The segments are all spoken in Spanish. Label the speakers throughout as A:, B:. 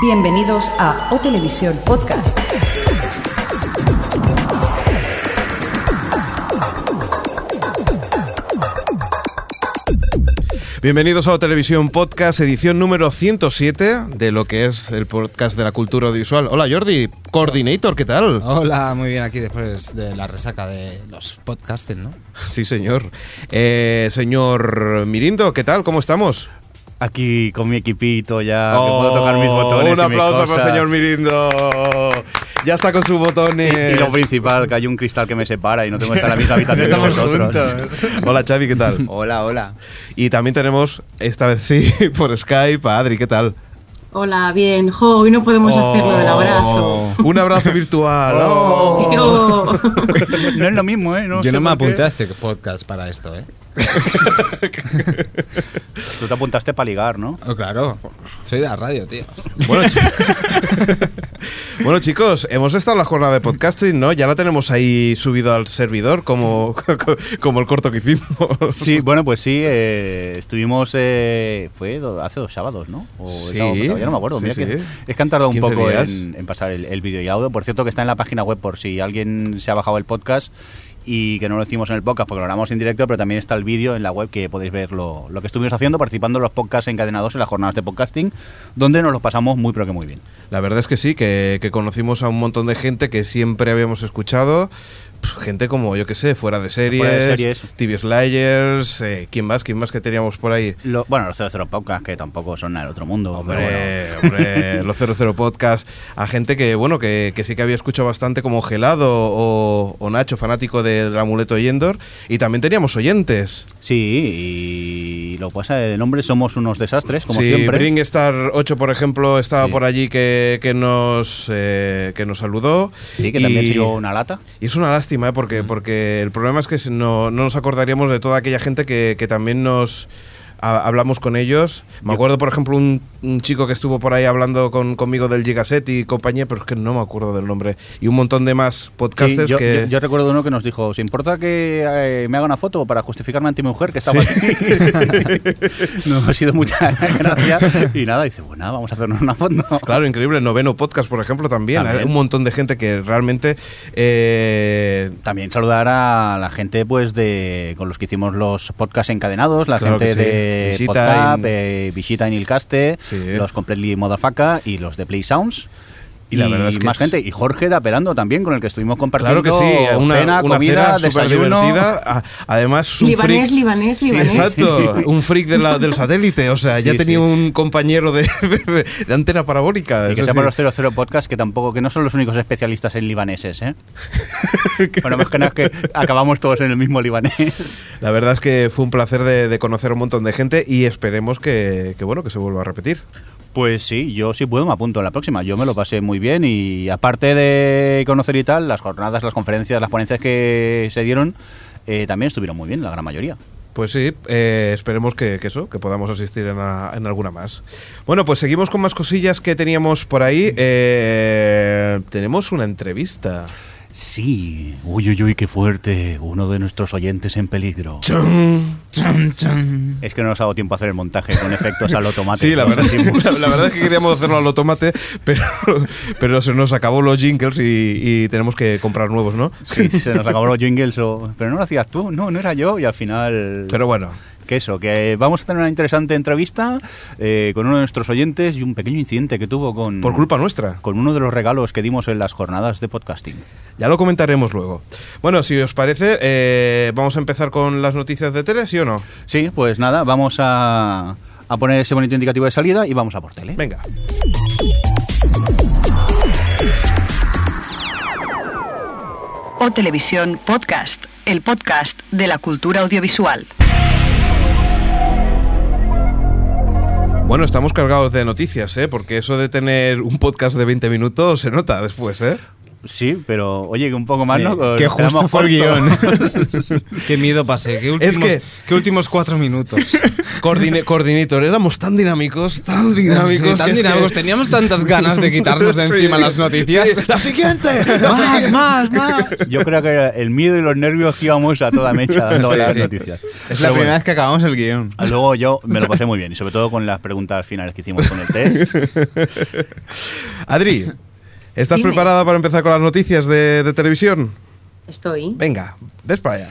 A: Bienvenidos a O Televisión Podcast.
B: Bienvenidos a O Televisión Podcast, edición número 107 de lo que es el podcast de la cultura audiovisual. Hola Jordi, coordinator, ¿qué tal?
C: Hola, muy bien aquí después de la resaca de los podcasting, ¿no?
B: Sí, señor. Eh, señor Mirindo, ¿qué tal? ¿Cómo estamos?
D: aquí con mi equipito ya, Ah, que puedo tocar mis botones.
B: Oh, Un
D: y mis
B: aplauso para
D: cosas.
B: el señor Mirindo. Ya está con sus botones.
D: Y lo principal, que hay un cristal que me separa y no tengo que estar en la misma habitación que
B: Estamos
D: vosotros.
B: juntos. Hola Xavi, ¿qué tal?
C: Hola, hola.
B: Y también tenemos, esta vez sí, por Skype, a Adri, ¿qué tal?
E: Hola, bien. Jo, hoy no podemos hacer lo del
B: Oh,
E: abrazo.
B: Un abrazo virtual. Oh.
E: Sí, oh.
D: No es lo mismo, ¿eh?
C: Yo
D: sé
C: no me
D: por qué.
C: apunté a este podcast para esto, ¿eh?
D: Tú te apuntaste para ligar, ¿no?
C: Oh, claro, soy de la radio, tío.
B: Bueno, chi- Bueno, chicos, hemos estado en la jornada de podcasting, ¿no? Ya la tenemos ahí subido al servidor como, como el corto que hicimos.
D: Sí, bueno, pues sí, eh, estuvimos, eh, fue do- hace dos sábados, ¿no? O el
B: Sí,
D: sábado pasado, ya no me acuerdo,
B: sí,
D: mira que-
B: sí.
D: es que han tardado un
B: 15
D: poco
B: días.
D: en, en pasar el, el vídeo y audio, por cierto que está en la página web por si alguien se ha bajado el podcast y que no lo hicimos en el podcast porque lo grabamos en directo, pero también está el vídeo en la web que podéis ver lo, lo que estuvimos haciendo, participando en los podcasts encadenados en las jornadas de podcasting, donde nos los pasamos muy pero que muy bien.
B: La verdad es que sí, que, que conocimos a un montón de gente que siempre habíamos escuchado. Pf, Gente como, yo qué sé, fuera de series,
D: Fuera de series.
B: TV Slayers, eh, ¿quién más? ¿Quién más que teníamos por ahí?
D: Lo- bueno, los 00 podcasts que tampoco son nada del otro mundo. pero bueno.
B: Hombre, hombre, los 00 Podcast, a gente que, bueno, que, que sí que había escuchado bastante como Gelado o, o Nacho, fanático de- del amuleto Yendor, y también teníamos oyentes.
D: Sí, y lo que pasa de nombre somos unos desastres, como
B: sí,
D: siempre.
B: Bringstar 8, por ejemplo, estaba
D: Sí.
B: por allí que, que nos, eh, que nos saludó.
D: Sí, que también
B: y-
D: se llevó una lata.
B: Y es una lástima, ¿eh? porque, porque el problema es que si no, no nos acordaríamos de toda aquella gente que, que también nos a- hablamos con ellos. Me acuerdo, por ejemplo, un, un chico que estuvo por ahí hablando con, conmigo del Gigaset y compañía, pero es que no me acuerdo del nombre. Y un montón de más
D: Sí,
B: podcasters
D: yo,
B: que...
D: yo- yo recuerdo uno que nos dijo, ¿os importa que eh, me haga una foto para justificarme ante mi mujer que estaba aquí? no ha sido mucha gracia. Y nada, dice, bueno, nada, vamos a hacernos una foto.
B: Claro, increíble. Noveno podcast, por ejemplo, también.
D: También.
B: Hay un montón de gente que realmente... eh,
D: También saludar a la gente pues de con los que hicimos los podcasts encadenados, la
B: Claro
D: gente
B: que sí.
D: de
B: Visita
D: Podzap,
B: en-
D: eh, Visita en Ilcaste,
B: Sí.
D: los Completely Motherfucker y los de Play Sounds.
B: Y la verdad es que
D: más
B: es-
D: gente. Y Jorge de Aperando también, con el que estuvimos compartiendo
B: Claro que sí, una,
D: cena,
B: una
D: comida,
B: cena súper
D: desayuno.
B: divertida. A- Además, un
E: Libanés,
B: freak-
E: libanés,
B: Sí,
E: libanés.
B: Exacto, un freak de la- del satélite. O sea, ya
D: Sí,
B: tenía
D: sí.
B: un compañero de, de- de antena parabólica.
D: Y
B: es
D: que sea por los
B: decir,
D: 00 Podcast, que tampoco, que no son los únicos especialistas en libaneses, ¿eh? bueno, más que nada es que acabamos todos en el mismo libanés.
B: la verdad es que fue un placer de, de conocer a un montón de gente y esperemos que, que, bueno que se vuelva a repetir.
D: Pues sí, yo sí puedo, me apunto a la próxima. Yo me lo pasé muy bien y aparte de conocer y tal, las jornadas, las conferencias, las ponencias que se dieron, eh, también estuvieron muy bien, la gran mayoría.
B: Pues sí, eh, esperemos que, que eso, que podamos asistir en, a- en alguna más. Bueno, pues seguimos con más cosillas que teníamos por ahí. Eh, tenemos una entrevista.
D: Sí, uy, uy, uy, qué fuerte, uno de nuestros oyentes en peligro.
C: Chum, chum.
D: Es que no nos ha dado tiempo a hacer el montaje con efectos al tomate.
B: Sí, la verdad, la, la verdad es que queríamos hacerlo a lo tomate, pero, pero se nos acabó los jingles y, y tenemos que comprar nuevos, ¿no?
D: Sí, se nos acabaron los jingles, o- pero no lo hacías tú, no, no era yo, y al final...
B: Pero bueno,
D: Que eso, que vamos a tener una interesante entrevista eh, con uno de nuestros oyentes y un pequeño incidente que tuvo con,
B: por culpa nuestra.
D: con uno de los regalos que dimos en las jornadas de podcasting.
B: Ya lo comentaremos luego. Bueno, si os parece, eh, vamos a empezar con las noticias de tele, ¿sí o no?
D: Sí, pues nada, vamos a, a poner ese bonito indicativo de salida y vamos a por tele.
B: Venga.
A: O Televisión Podcast, el podcast de la cultura audiovisual.
B: Bueno, estamos cargados de noticias, ¿eh? Porque eso de tener un podcast de 20 minutos se nota después, ¿eh?
D: Sí, pero oye, que un poco más,
C: Sí,
D: ¿no? Nos
C: que
D: quedamos
C: justo fue el
D: cortos.
C: guión. qué miedo pasé. Qué últimos,
B: que-
C: qué últimos cuatro minutos.
B: Coordine- coordinator, éramos tan dinámicos, tan dinámicos.
C: Sí, tan
B: que es que-
C: dinámicos. Teníamos tantas ganas de quitarnos de encima
B: Sí,
C: las noticias.
B: sí, ¡La siguiente! la
C: más,
B: siguiente.
C: más, más.
D: Yo creo que era el miedo y los nervios que íbamos a toda mecha dando
C: Sí,
D: las
C: sí.
D: noticias.
C: Es la
D: Pero bueno.
C: primera vez que acabamos el guión.
D: Ah, Luego yo me lo pasé muy bien, y sobre todo con las preguntas finales que hicimos con el test.
B: Adri, ¿estás
E: Dime.
B: preparada para empezar con las noticias de, de televisión?
E: Estoy.
B: Venga, ves para allá.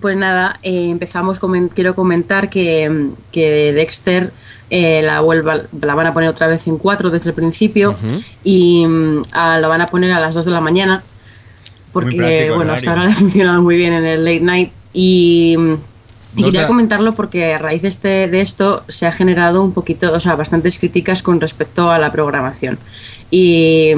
E: Pues nada, eh, empezamos. comen- quiero comentar que, que Dexter eh, la, vuelva, la van a poner otra vez en 4 desde el principio y mm, a- la van a poner a las 2 de la mañana porque
C: práctico el
E: bueno, hasta
C: horario.
E: ahora le ha funcionado muy bien en el late night y, mm, y
C: Dos de
E: quería
C: la-
E: comentarlo porque a raíz de, este, de esto se ha generado un poquito, o sea, bastantes críticas con respecto a la programación. Y,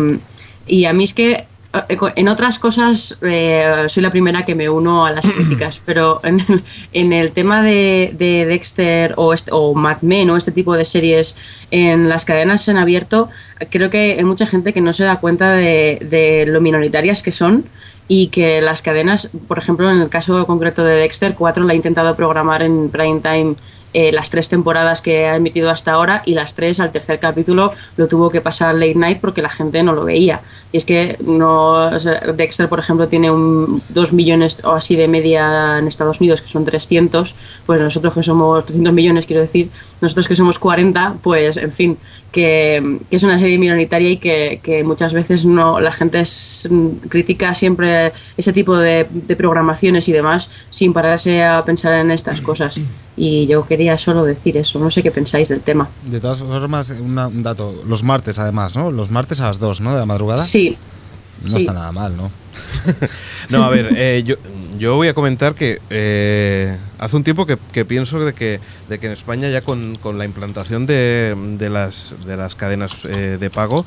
E: y a mí es que eh, co- en otras cosas eh, soy la primera que me uno a las críticas, pero en el, en el tema de, de Dexter o, este- o Mad Men o este tipo de series en las cadenas en abierto, creo que hay mucha gente que no se da cuenta de, de lo minoritarias que son y que las cadenas, por ejemplo, en el caso concreto de Dexter, 4 la ha intentado programar en prime time eh, las tres temporadas que ha emitido hasta ahora y las tres al tercer capítulo lo tuvo que pasar late night porque la gente no lo veía. Y es que no o sea, Dexter, por ejemplo, tiene un 2 millones o así de media en Estados Unidos, que son 300, pues nosotros que somos 300 millones, quiero decir, nosotros que somos 40, pues en fin, que, que es una serie minoritaria y que, que muchas veces no la gente es- mm, critica siempre este tipo de, de programaciones y demás sin pararse a pensar en estas cosas. Y yo quería solo decir eso, no sé qué pensáis del tema.
C: De todas formas, una- un dato. Los martes, además, ¿no? Los martes a las 2, ¿no? De la madrugada.
E: Sí,
C: No
E: sí.
C: está nada mal, ¿no?
B: No, a ver, eh, yo, yo voy a comentar que eh, hace un tiempo que, que pienso de que, de que en España ya con, con la implantación de, de las, de las cadenas eh, de pago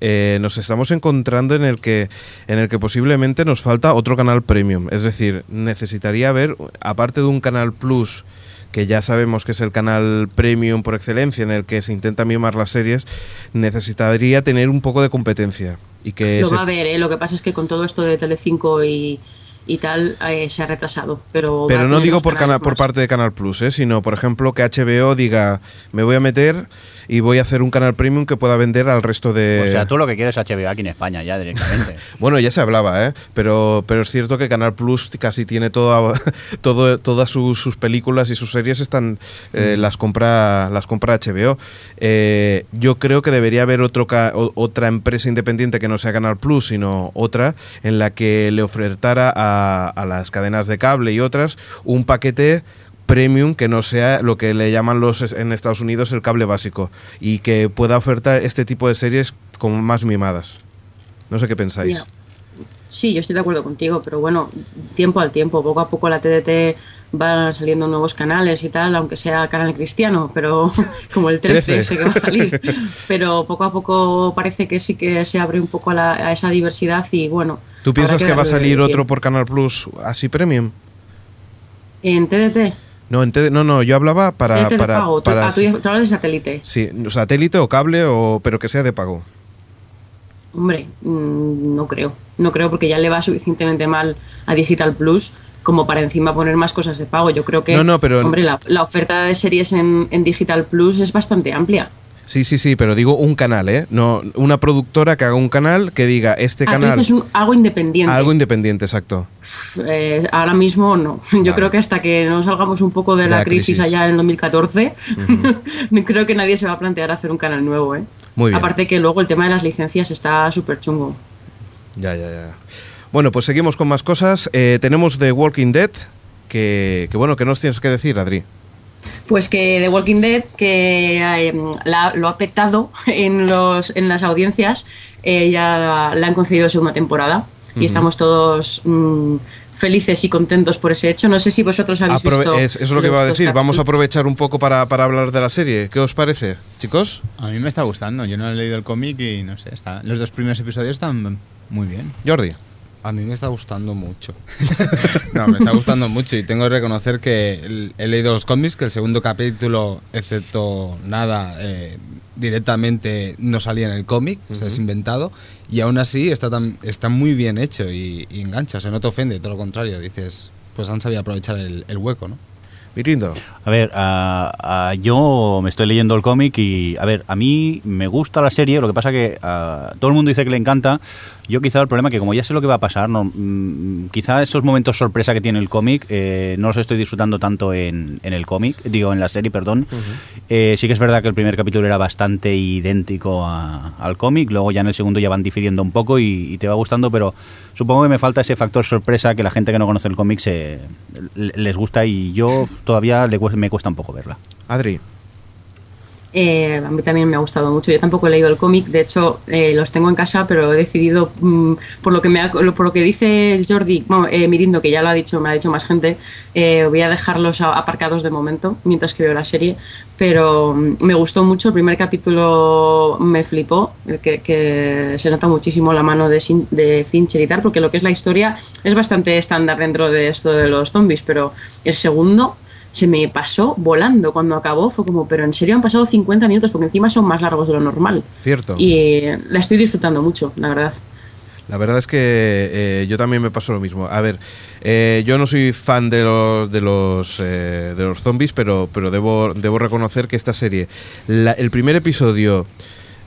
B: eh, nos estamos encontrando en el que en el que posiblemente nos falta otro canal premium. Es decir, necesitaría ver, aparte de un canal plus que ya sabemos que es el canal premium por excelencia en el que se intenta mimar las series, necesitaría tener un poco de competencia. Y que
E: lo
B: se-
E: va a ver, ¿eh? lo que pasa es que con todo esto de Telecinco y, y tal eh, se ha retrasado. Pero, va a
B: Pero no
E: tener
B: digo
E: dos
B: por,
E: canales
B: cana- por
E: más.
B: parte de Canal Plus, ¿eh? sino por ejemplo que HBO diga, me voy a meter y voy a hacer un canal premium que pueda vender al resto de...
D: O sea, tú lo que quieres es HBO aquí en España, ya directamente.
B: Bueno, ya se hablaba, ¿eh? pero, pero es cierto que Canal Plus casi tiene toda, todo, todas sus, sus películas y sus series están eh, las compra las compra HBO. Eh, yo creo que debería haber otro ca- o- otra empresa independiente que no sea Canal Plus, sino otra en la que le ofertara a, a las cadenas de cable y otras un paquete premium que no sea lo que le llaman los es- en Estados Unidos el cable básico y que pueda ofertar este tipo de series como más mimadas. No sé qué pensáis.
E: Ya. Sí, yo estoy de acuerdo contigo, pero bueno, tiempo al tiempo, poco a poco la TDT van saliendo nuevos canales y tal, aunque sea canal cristiano, pero como el 13,
B: Trece.
E: ese que va a salir, pero poco a poco parece que sí que se abre un poco a, la- a esa diversidad y bueno.
B: ¿Tú piensas
E: habrá
B: que va a
E: darle
B: salir otro
E: tiempo.
B: por Canal Plus así premium?
E: en TDT?
B: No, en TD no, no, yo hablaba para...
E: TDT de
B: para,
E: pago, tú-
B: para-
E: ah, tú dices- tú hablas de satélite.
B: sí, satélite o cable, o, pero que sea de pago.
E: Hombre, mm, no creo. No creo porque ya le va suficientemente mal a Digital Plus como para encima poner más cosas de pago. Yo creo que,
B: No, no, pero-
E: hombre, la, la oferta de series en, en Digital Plus es bastante amplia.
B: Sí, sí, sí, pero digo un canal, ¿eh? No, una productora que haga un canal que diga este
E: Ah, tú
B: canal...
E: dices un- algo independiente.
B: Algo independiente, exacto.
E: Eh, ahora mismo no. Yo
B: Vale.
E: creo que hasta que no salgamos un poco de
B: De
E: la,
B: la
E: crisis,
B: crisis.
E: allá en 2014, creo que nadie se va a plantear hacer un canal nuevo. ¿eh?
B: Muy bien.
E: Aparte que luego el tema de las licencias está súper chungo.
B: Ya, ya, ya. Bueno, pues seguimos con más cosas. Eh, tenemos The Walking Dead, que, que bueno, que nos tienes que decir, Adri.
E: Pues que The Walking Dead, que eh, la- lo ha petado en, los, en las audiencias, eh, ya la, la han concedido segunda temporada. Y estamos todos mm, felices y contentos por ese hecho. No sé si vosotros habéis
B: Aprove-
E: visto...
B: es, es lo que
E: los
B: iba a
E: dos
B: decir. Vamos a
E: capítulos.
B: aprovechar un poco para, para hablar de la serie. ¿Qué os parece, chicos?
F: A mí me está gustando. Yo no he leído el cómic y no sé. Está, los dos primeros episodios están muy bien.
B: Jordi.
C: A mí me está gustando mucho. no, me está gustando mucho y tengo que reconocer que el- he leído los cómics, que el segundo capítulo, excepto nada, eh, directamente no salía en el cómic, o sea, es inventado, y aún así está, tan, está muy bien hecho y, y engancha, o sea, no te ofende, todo lo contrario, dices, pues han sabido aprovechar el, el hueco, ¿no?
B: Mirindo.
D: A ver, a- a- yo me estoy leyendo el cómic y, a ver, a mí me gusta la serie, lo que pasa que a, todo el mundo dice que le encanta. Yo quizá el problema es que como ya sé lo que va a pasar, no, mm, quizá esos momentos sorpresa que tiene el cómic eh, no los estoy disfrutando tanto en, en el cómic, digo, en la serie, perdón. Eh, sí que es verdad que el primer capítulo era bastante idéntico a- al cómic, luego ya en el segundo ya van difiriendo un poco y, y te va gustando, pero supongo que me falta ese factor sorpresa que la gente que no conoce el cómic se, le- les gusta y yo todavía le cuesta- me cuesta un poco verla.
B: Adri.
E: Eh, a mí también me ha gustado mucho. Yo tampoco he leído el cómic, de hecho eh, los tengo en casa, pero he decidido, mm, por, lo que me ha- por lo que dice el Jordi, bueno, eh, Mirindo, que ya lo ha dicho, me lo ha dicho más gente, eh, voy a dejarlos a- aparcados de momento mientras que veo la serie. Pero mm, me gustó mucho, el primer capítulo me flipó, eh, que, que se nota muchísimo la mano de, Shin- de Fincher y tal, porque lo que es la historia es bastante estándar dentro de esto de los zombies, pero el segundo se me pasó volando cuando acabó. Fue como, pero en serio han pasado 50 minutos porque encima son más largos de lo normal.
B: Cierto.
E: Y eh, la estoy disfrutando mucho, la verdad.
B: La verdad es que eh, yo también me pasó lo mismo. A ver, eh, yo no soy fan de los de los eh, de los zombies, pero pero debo debo reconocer que esta serie, la- el primer episodio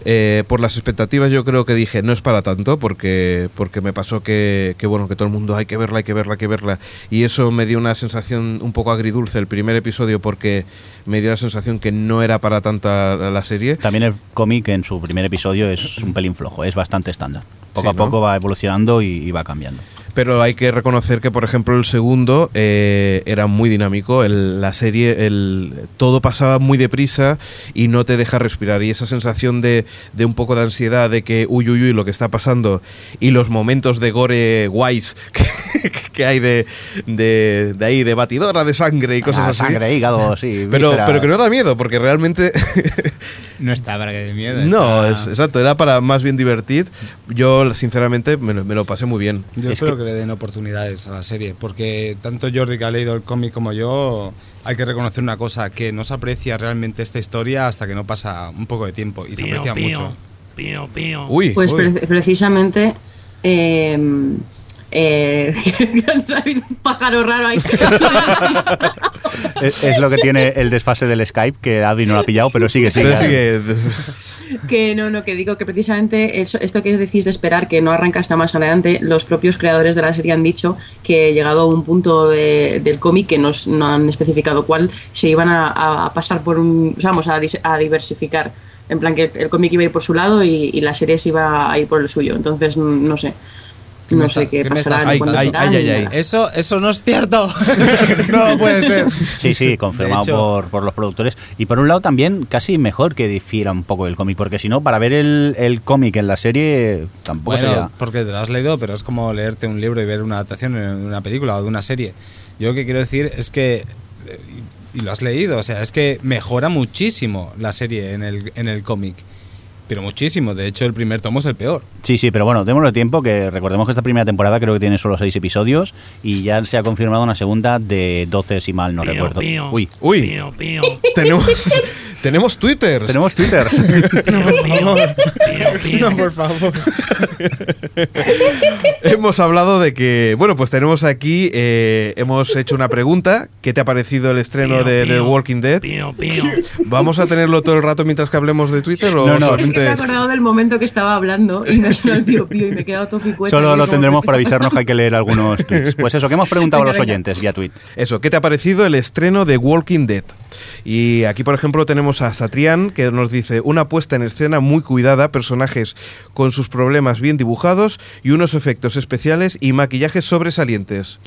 B: eh, por las expectativas yo creo que dije no es para tanto porque porque me pasó que, que bueno que todo el mundo hay que verla hay que verla hay que verla y eso me dio una sensación un poco agridulce el primer episodio porque me dio la sensación que no era para tanta la serie
D: También el cómic en su primer episodio es un pelín flojo, es bastante estándar. Poco
B: Sí,
D: a
B: ¿no?
D: poco va evolucionando y, y va cambiando.
B: Pero hay que reconocer que, por ejemplo, el segundo eh, era muy dinámico. el- la serie, el, todo pasaba muy deprisa y no te deja respirar. Y esa sensación de, de un poco de ansiedad, de que uy, uy, uy, lo que está pasando, y los momentos de gore guays que, que hay de, de, de ahí, de batidora de sangre y cosas
D: Ah,
B: así.
D: Sangre, hígado, sí.
B: Pero,
D: vísceras.
B: pero que no da miedo, porque realmente
F: No está para que dé miedo.
B: no, es-
F: está-
B: exacto, era para más bien divertir. Yo, sinceramente, me, lo- me lo pasé muy bien.
C: Yo
D: Es
C: espero
D: que-
C: que... le den oportunidades a la serie, porque tanto Jordi que ha leído el cómic como yo, hay que reconocer una cosa, que no se aprecia realmente esta historia hasta que no pasa un poco de tiempo, y se aprecia mucho.
G: Pío, pío.
B: Uy,
E: Pues
B: uy.
E: pre- precisamente. eh, eh, ha habido un pájaro raro ahí.
D: Es, es lo que tiene el desfase del Skype, que Adi no lo ha pillado, pero sigue, sigue.
B: Pero
D: Adi.
B: sí que-
E: que no, no, que digo que precisamente eso- esto que decís de esperar que no arranca hasta más adelante, los propios creadores de la serie han dicho que llegado a un punto de- del cómic que nos, no han especificado cuál, se iban a, a- a pasar por un, o sea, vamos, a, dis- a diversificar. En plan que el cómic iba a ir por su lado y, y la serie se iba a ir por el suyo. Entonces, mm, no sé.
C: ¿Qué me
E: No
C: está-
E: sé qué,
C: qué me
E: pasará
C: estás
E: ni
B: Ay,
E: cuándo
B: ay,
E: será,
B: ay,
E: ni
B: ay, ay.
E: nada.
C: Eso, eso no es cierto. no puede ser.
D: Sí, sí, confirmado
C: De hecho-
D: por, por los productores. Y por un lado también casi mejor que difiera un poco del cómic, porque si no, para ver el, el cómic en la serie tampoco
C: Bueno,
D: sería...
C: porque te lo has leído, pero es como leerte un libro y ver una adaptación de una película o de una serie. Yo lo que quiero decir es que, eh, y y lo has leído, o sea, es que mejora muchísimo la serie en el, en el cómic. Pero muchísimo, de hecho el primer tomo es el peor.
D: Sí, sí, pero bueno, démosle tiempo, que recordemos que esta primera temporada creo que tiene solo seis episodios y ya se ha confirmado una segunda de 12, si mal no
G: Pío,
D: recuerdo.
G: pío.
D: Uy,
B: Uy.
G: Pío, pío.
B: tenemos, tenemos
C: Pues
B: Twitter.
D: tenemos Twitter.
G: Pío, pío. Pío, pío.
C: favor.
B: Hemos hablado de que, bueno, pues tenemos aquí, eh, hemos hecho una pregunta. ¿Qué te ha parecido el estreno
G: Pío,
B: de The
G: pío.
B: Walking Dead?
G: Pío, pío.
B: ¿Vamos a tenerlo todo el rato mientras que hablemos de Twitter o
D: No, no.
E: Es que me he
B: solamente-
E: acordado del momento que estaba hablando y me ha sonado el pío pío y me he quedado todo picueta. Y
D: Solo
E: como,
D: lo tendremos para
E: ¿qué está
D: avisarnos que hay que leer algunos tweets. Pues eso, que hemos preguntado a
E: Venga,
D: los
E: venga.
D: oyentes vía tweet.
B: Eso, ¿qué te ha parecido el estreno de Walking Dead? Y aquí, por ejemplo, tenemos a Satrián, que nos dice una puesta en escena muy cuidada, personajes con sus problemas bien dibujados y unos efectos especiales y maquillajes sobresalientes.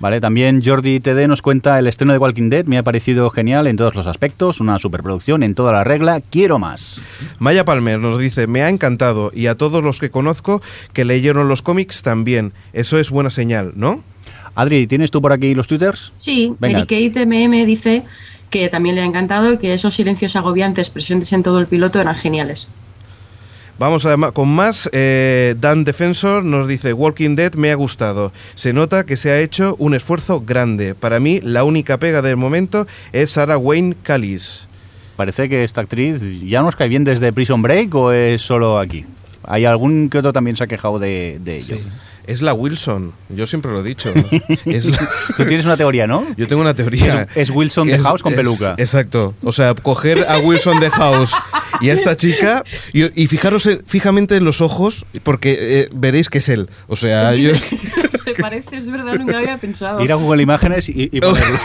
D: Vale, también Jordi TD nos cuenta el estreno de Walking Dead, me ha parecido genial en todos los aspectos, una superproducción en toda la regla, quiero más.
B: Maya Palmer nos dice, me ha encantado y a todos los que conozco que leyeron los cómics también. Eso es buena señal, ¿no?
D: Adri, ¿tienes tú por aquí los twitters?
E: Sí,
D: Venga.
E: Mary Kate MM dice que también le ha encantado y que esos silencios agobiantes presentes en todo el piloto eran geniales.
B: Vamos a ma- con más. Eh, Dan Defensor nos dice, Walking Dead me ha gustado. Se nota que se ha hecho un esfuerzo grande. Para mí, la única pega del momento es Sarah Wayne Callis.
D: Parece que esta actriz ya nos cae bien desde Prison Break o es solo aquí. Hay algún que otro también se ha quejado de, de ello.
B: Es la Wilson, yo siempre lo he dicho. ¿no? Es la-
D: Tú tienes una teoría, ¿no?
B: Yo tengo una teoría.
D: Es- es Wilson de
B: Es-
D: House con
B: es-
D: peluca.
B: Exacto. O sea, coger a Wilson de House y a esta chica y, y fijaros eh, fijamente en los ojos porque eh, veréis que es él. O sea, yo...
E: Se parece, es verdad, nunca lo había pensado.
D: Ir a Google Imágenes y, y ponerlo.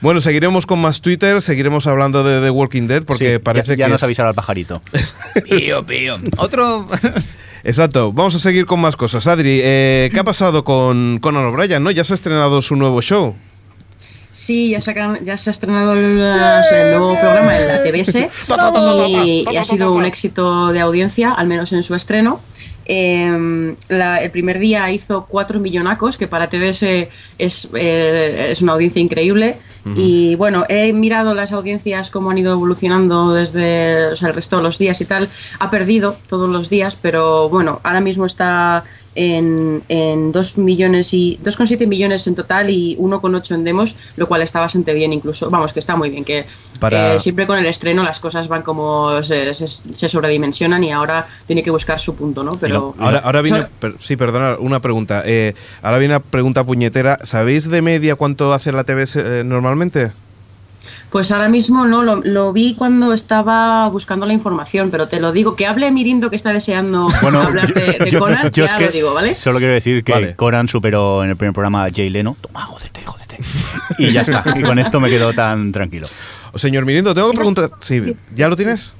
B: bueno, seguiremos con más Twitter, seguiremos hablando de The Walking Dead porque
D: Sí,
B: parece
D: ya, ya
B: que...
D: nos
B: es-
D: avisaron al pajarito.
F: Pío, pío. Otro.
B: Exacto, vamos a seguir con más cosas. Adri, eh, ¿qué ha pasado con Conan O'Brien? ¿no? Ya se ha estrenado su nuevo show.
E: Sí, ya se, ha, ya se ha estrenado la- el nuevo programa en la TBS y, y ha sido un éxito de audiencia, al menos en su estreno. Eh, la- el primer día hizo 4 millonacos, que para TBS es, eh, es una audiencia increíble. Y bueno, he mirado las audiencias, cómo han ido evolucionando desde o sea, el resto de los días y tal. Ha perdido todos los días, pero bueno, ahora mismo está en, en 2 millones y 2,7 millones en total y 1,8 en demos, lo cual está bastante bien incluso. Vamos, que está muy bien, que
B: Para-
E: eh, siempre con el estreno las cosas van como se, se- se sobredimensionan y ahora tiene que buscar su punto, ¿no? Pero
B: Ahora, ahora viene,
E: Son-
B: per- sí, perdona, una pregunta. Eh, ahora viene una pregunta puñetera. ¿Sabéis de media cuánto hace la TBS eh, normalmente?
E: pues ahora mismo no lo, lo vi cuando estaba buscando la información, pero te lo digo, que hable Mirindo que está deseando hablar de, de Conan,
D: yo es
E: ya
D: que
E: lo digo, ¿vale?
D: Solo quiero decir que
B: Vale.
D: Conan superó en el primer programa a Jay Leno. Toma, jódete, jódete. Y ya está. Y con esto me quedo tan tranquilo.
B: O Oh, señor Mirindo, tengo que
E: Esas-
B: preguntar. Sí, ¿ya lo tienes?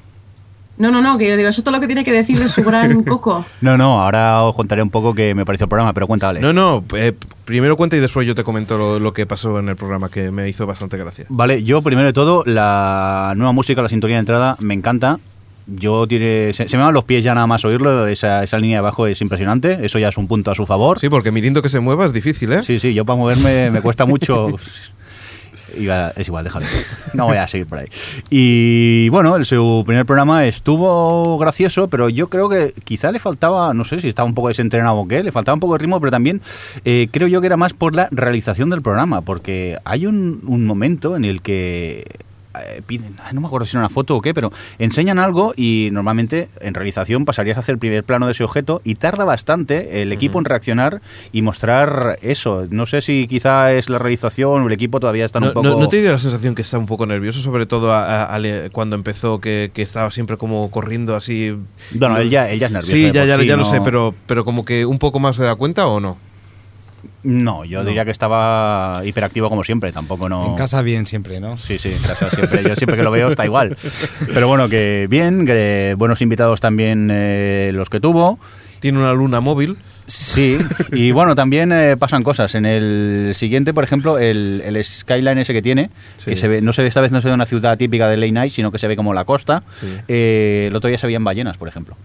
E: No, no, no, que yo digo, eso es todo lo que tiene que decir de su gran coco.
D: No, no, ahora os contaré un poco que me pareció el programa, pero cuéntale.
B: No, no. eh, primero cuenta y después yo te comento lo, lo que pasó en el programa, que me hizo bastante gracia.
D: Vale, yo primero de todo, la nueva música, la sintonía de entrada, me encanta. Yo tiene, se, se me van los pies ya nada más oírlo, esa, esa línea de abajo es impresionante, eso ya es un punto a su favor.
B: Sí, porque Mirindo que se mueva es difícil, ¿eh?
D: Sí, sí, yo para moverme me cuesta mucho. Iba- es igual, déjalo. No voy a seguir por ahí. Y bueno, el, su primer programa estuvo gracioso, pero yo creo que quizá le faltaba, no sé si estaba un poco desentrenado o qué, le faltaba un poco de ritmo, pero también eh, creo yo que era más por la realización del programa, porque hay un, un momento en el que eh, piden, ay, no me acuerdo si era una foto o qué, pero enseñan algo y normalmente en realización pasarías a hacer el primer plano de ese objeto y tarda bastante el equipo en reaccionar y mostrar eso. No sé si quizá es la realización o el equipo todavía están
B: No,
D: un poco...
B: no- ¿no te dio la sensación que está un poco nervioso, sobre todo a- a- al- cuando empezó, que, que estaba siempre como corriendo así?
D: Bueno, él ya, él ya es nervioso.
B: Sí,
D: de
B: ya,
D: por
B: ya, ya lo
D: no-
B: sé, pero, pero como que un poco más de la cuenta o no?
D: No, yo diría que estaba hiperactivo como siempre, tampoco no...
C: En casa bien siempre, ¿no?
D: Sí, sí, en casa siempre, yo siempre que lo veo está igual. Pero bueno, que bien, que buenos invitados también eh, los que tuvo.
B: Tiene una luna móvil.
D: Sí, y bueno, también eh, pasan cosas. En el siguiente, por ejemplo, el, el skyline ese que tiene,
B: Sí.
D: que se ve, no se ve, esta vez no se ve una ciudad típica de Late Night, sino que se ve como la costa.
B: Sí.
D: Eh, el otro día se veían ballenas, por ejemplo.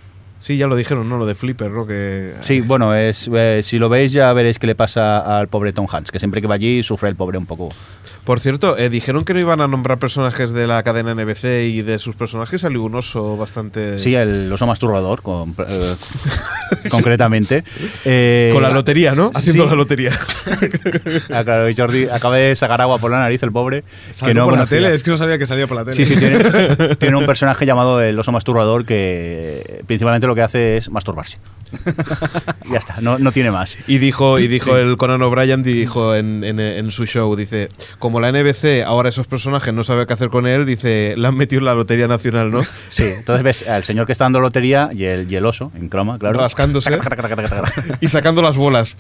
B: Sí, ya lo dijeron, ¿no? Lo de Flipper, ¿no? Que...
D: Sí, bueno, es, eh, si lo veis ya veréis qué le pasa al pobre Tom Hanks, que siempre que va allí sufre el pobre un poco.
B: Por cierto, eh, dijeron que no iban a nombrar personajes de la cadena NBC y de sus personajes salió un oso bastante...
D: Sí, el oso masturbador, con- eh, concretamente. Eh,
B: Con la lotería, ¿no? Haciendo
C: sí.
B: la lotería.
D: Ah, claro, y Jordi acaba de sacar agua por la nariz, el pobre.
C: Salgo por la
D: conocía.
C: tele, es que no sabía que salía por la tele.
D: Sí, sí, tiene, tiene un personaje llamado el oso masturbador que principalmente lo que hace es masturbarse. ya está, no, no tiene más.
B: Y dijo, y dijo el Conan O'Brien, dijo en, en- en su show, dice, como la NBC ahora esos personajes no sabe qué hacer con él, dice, la han metido en la Lotería Nacional, ¿no?
D: Sí, entonces ves al señor que está dando lotería y el, y el oso en croma, claro.
B: Rascándose.
D: Taca, taca, taca, taca, taca.
B: Y sacando las bolas.